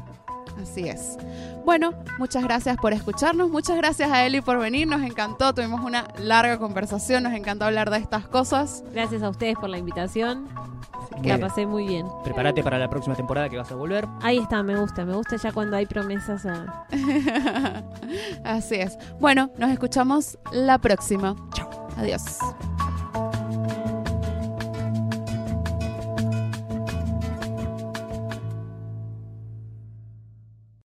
Speaker 1: Así es. Bueno, muchas gracias por escucharnos, muchas gracias a Eli por venir, nos encantó, tuvimos una larga conversación, nos encantó hablar de estas cosas.
Speaker 3: Gracias a ustedes por la invitación.
Speaker 2: muy
Speaker 1: [laughs]
Speaker 3: la
Speaker 2: bien.
Speaker 3: pasé muy bien.
Speaker 2: Prepárate para la próxima temporada que vas a volver.
Speaker 3: Ahí está, me gusta, me gusta ya cuando hay promesas a,
Speaker 1: Así es. Bueno, nos escuchamos la próxima. Chao. Adiós.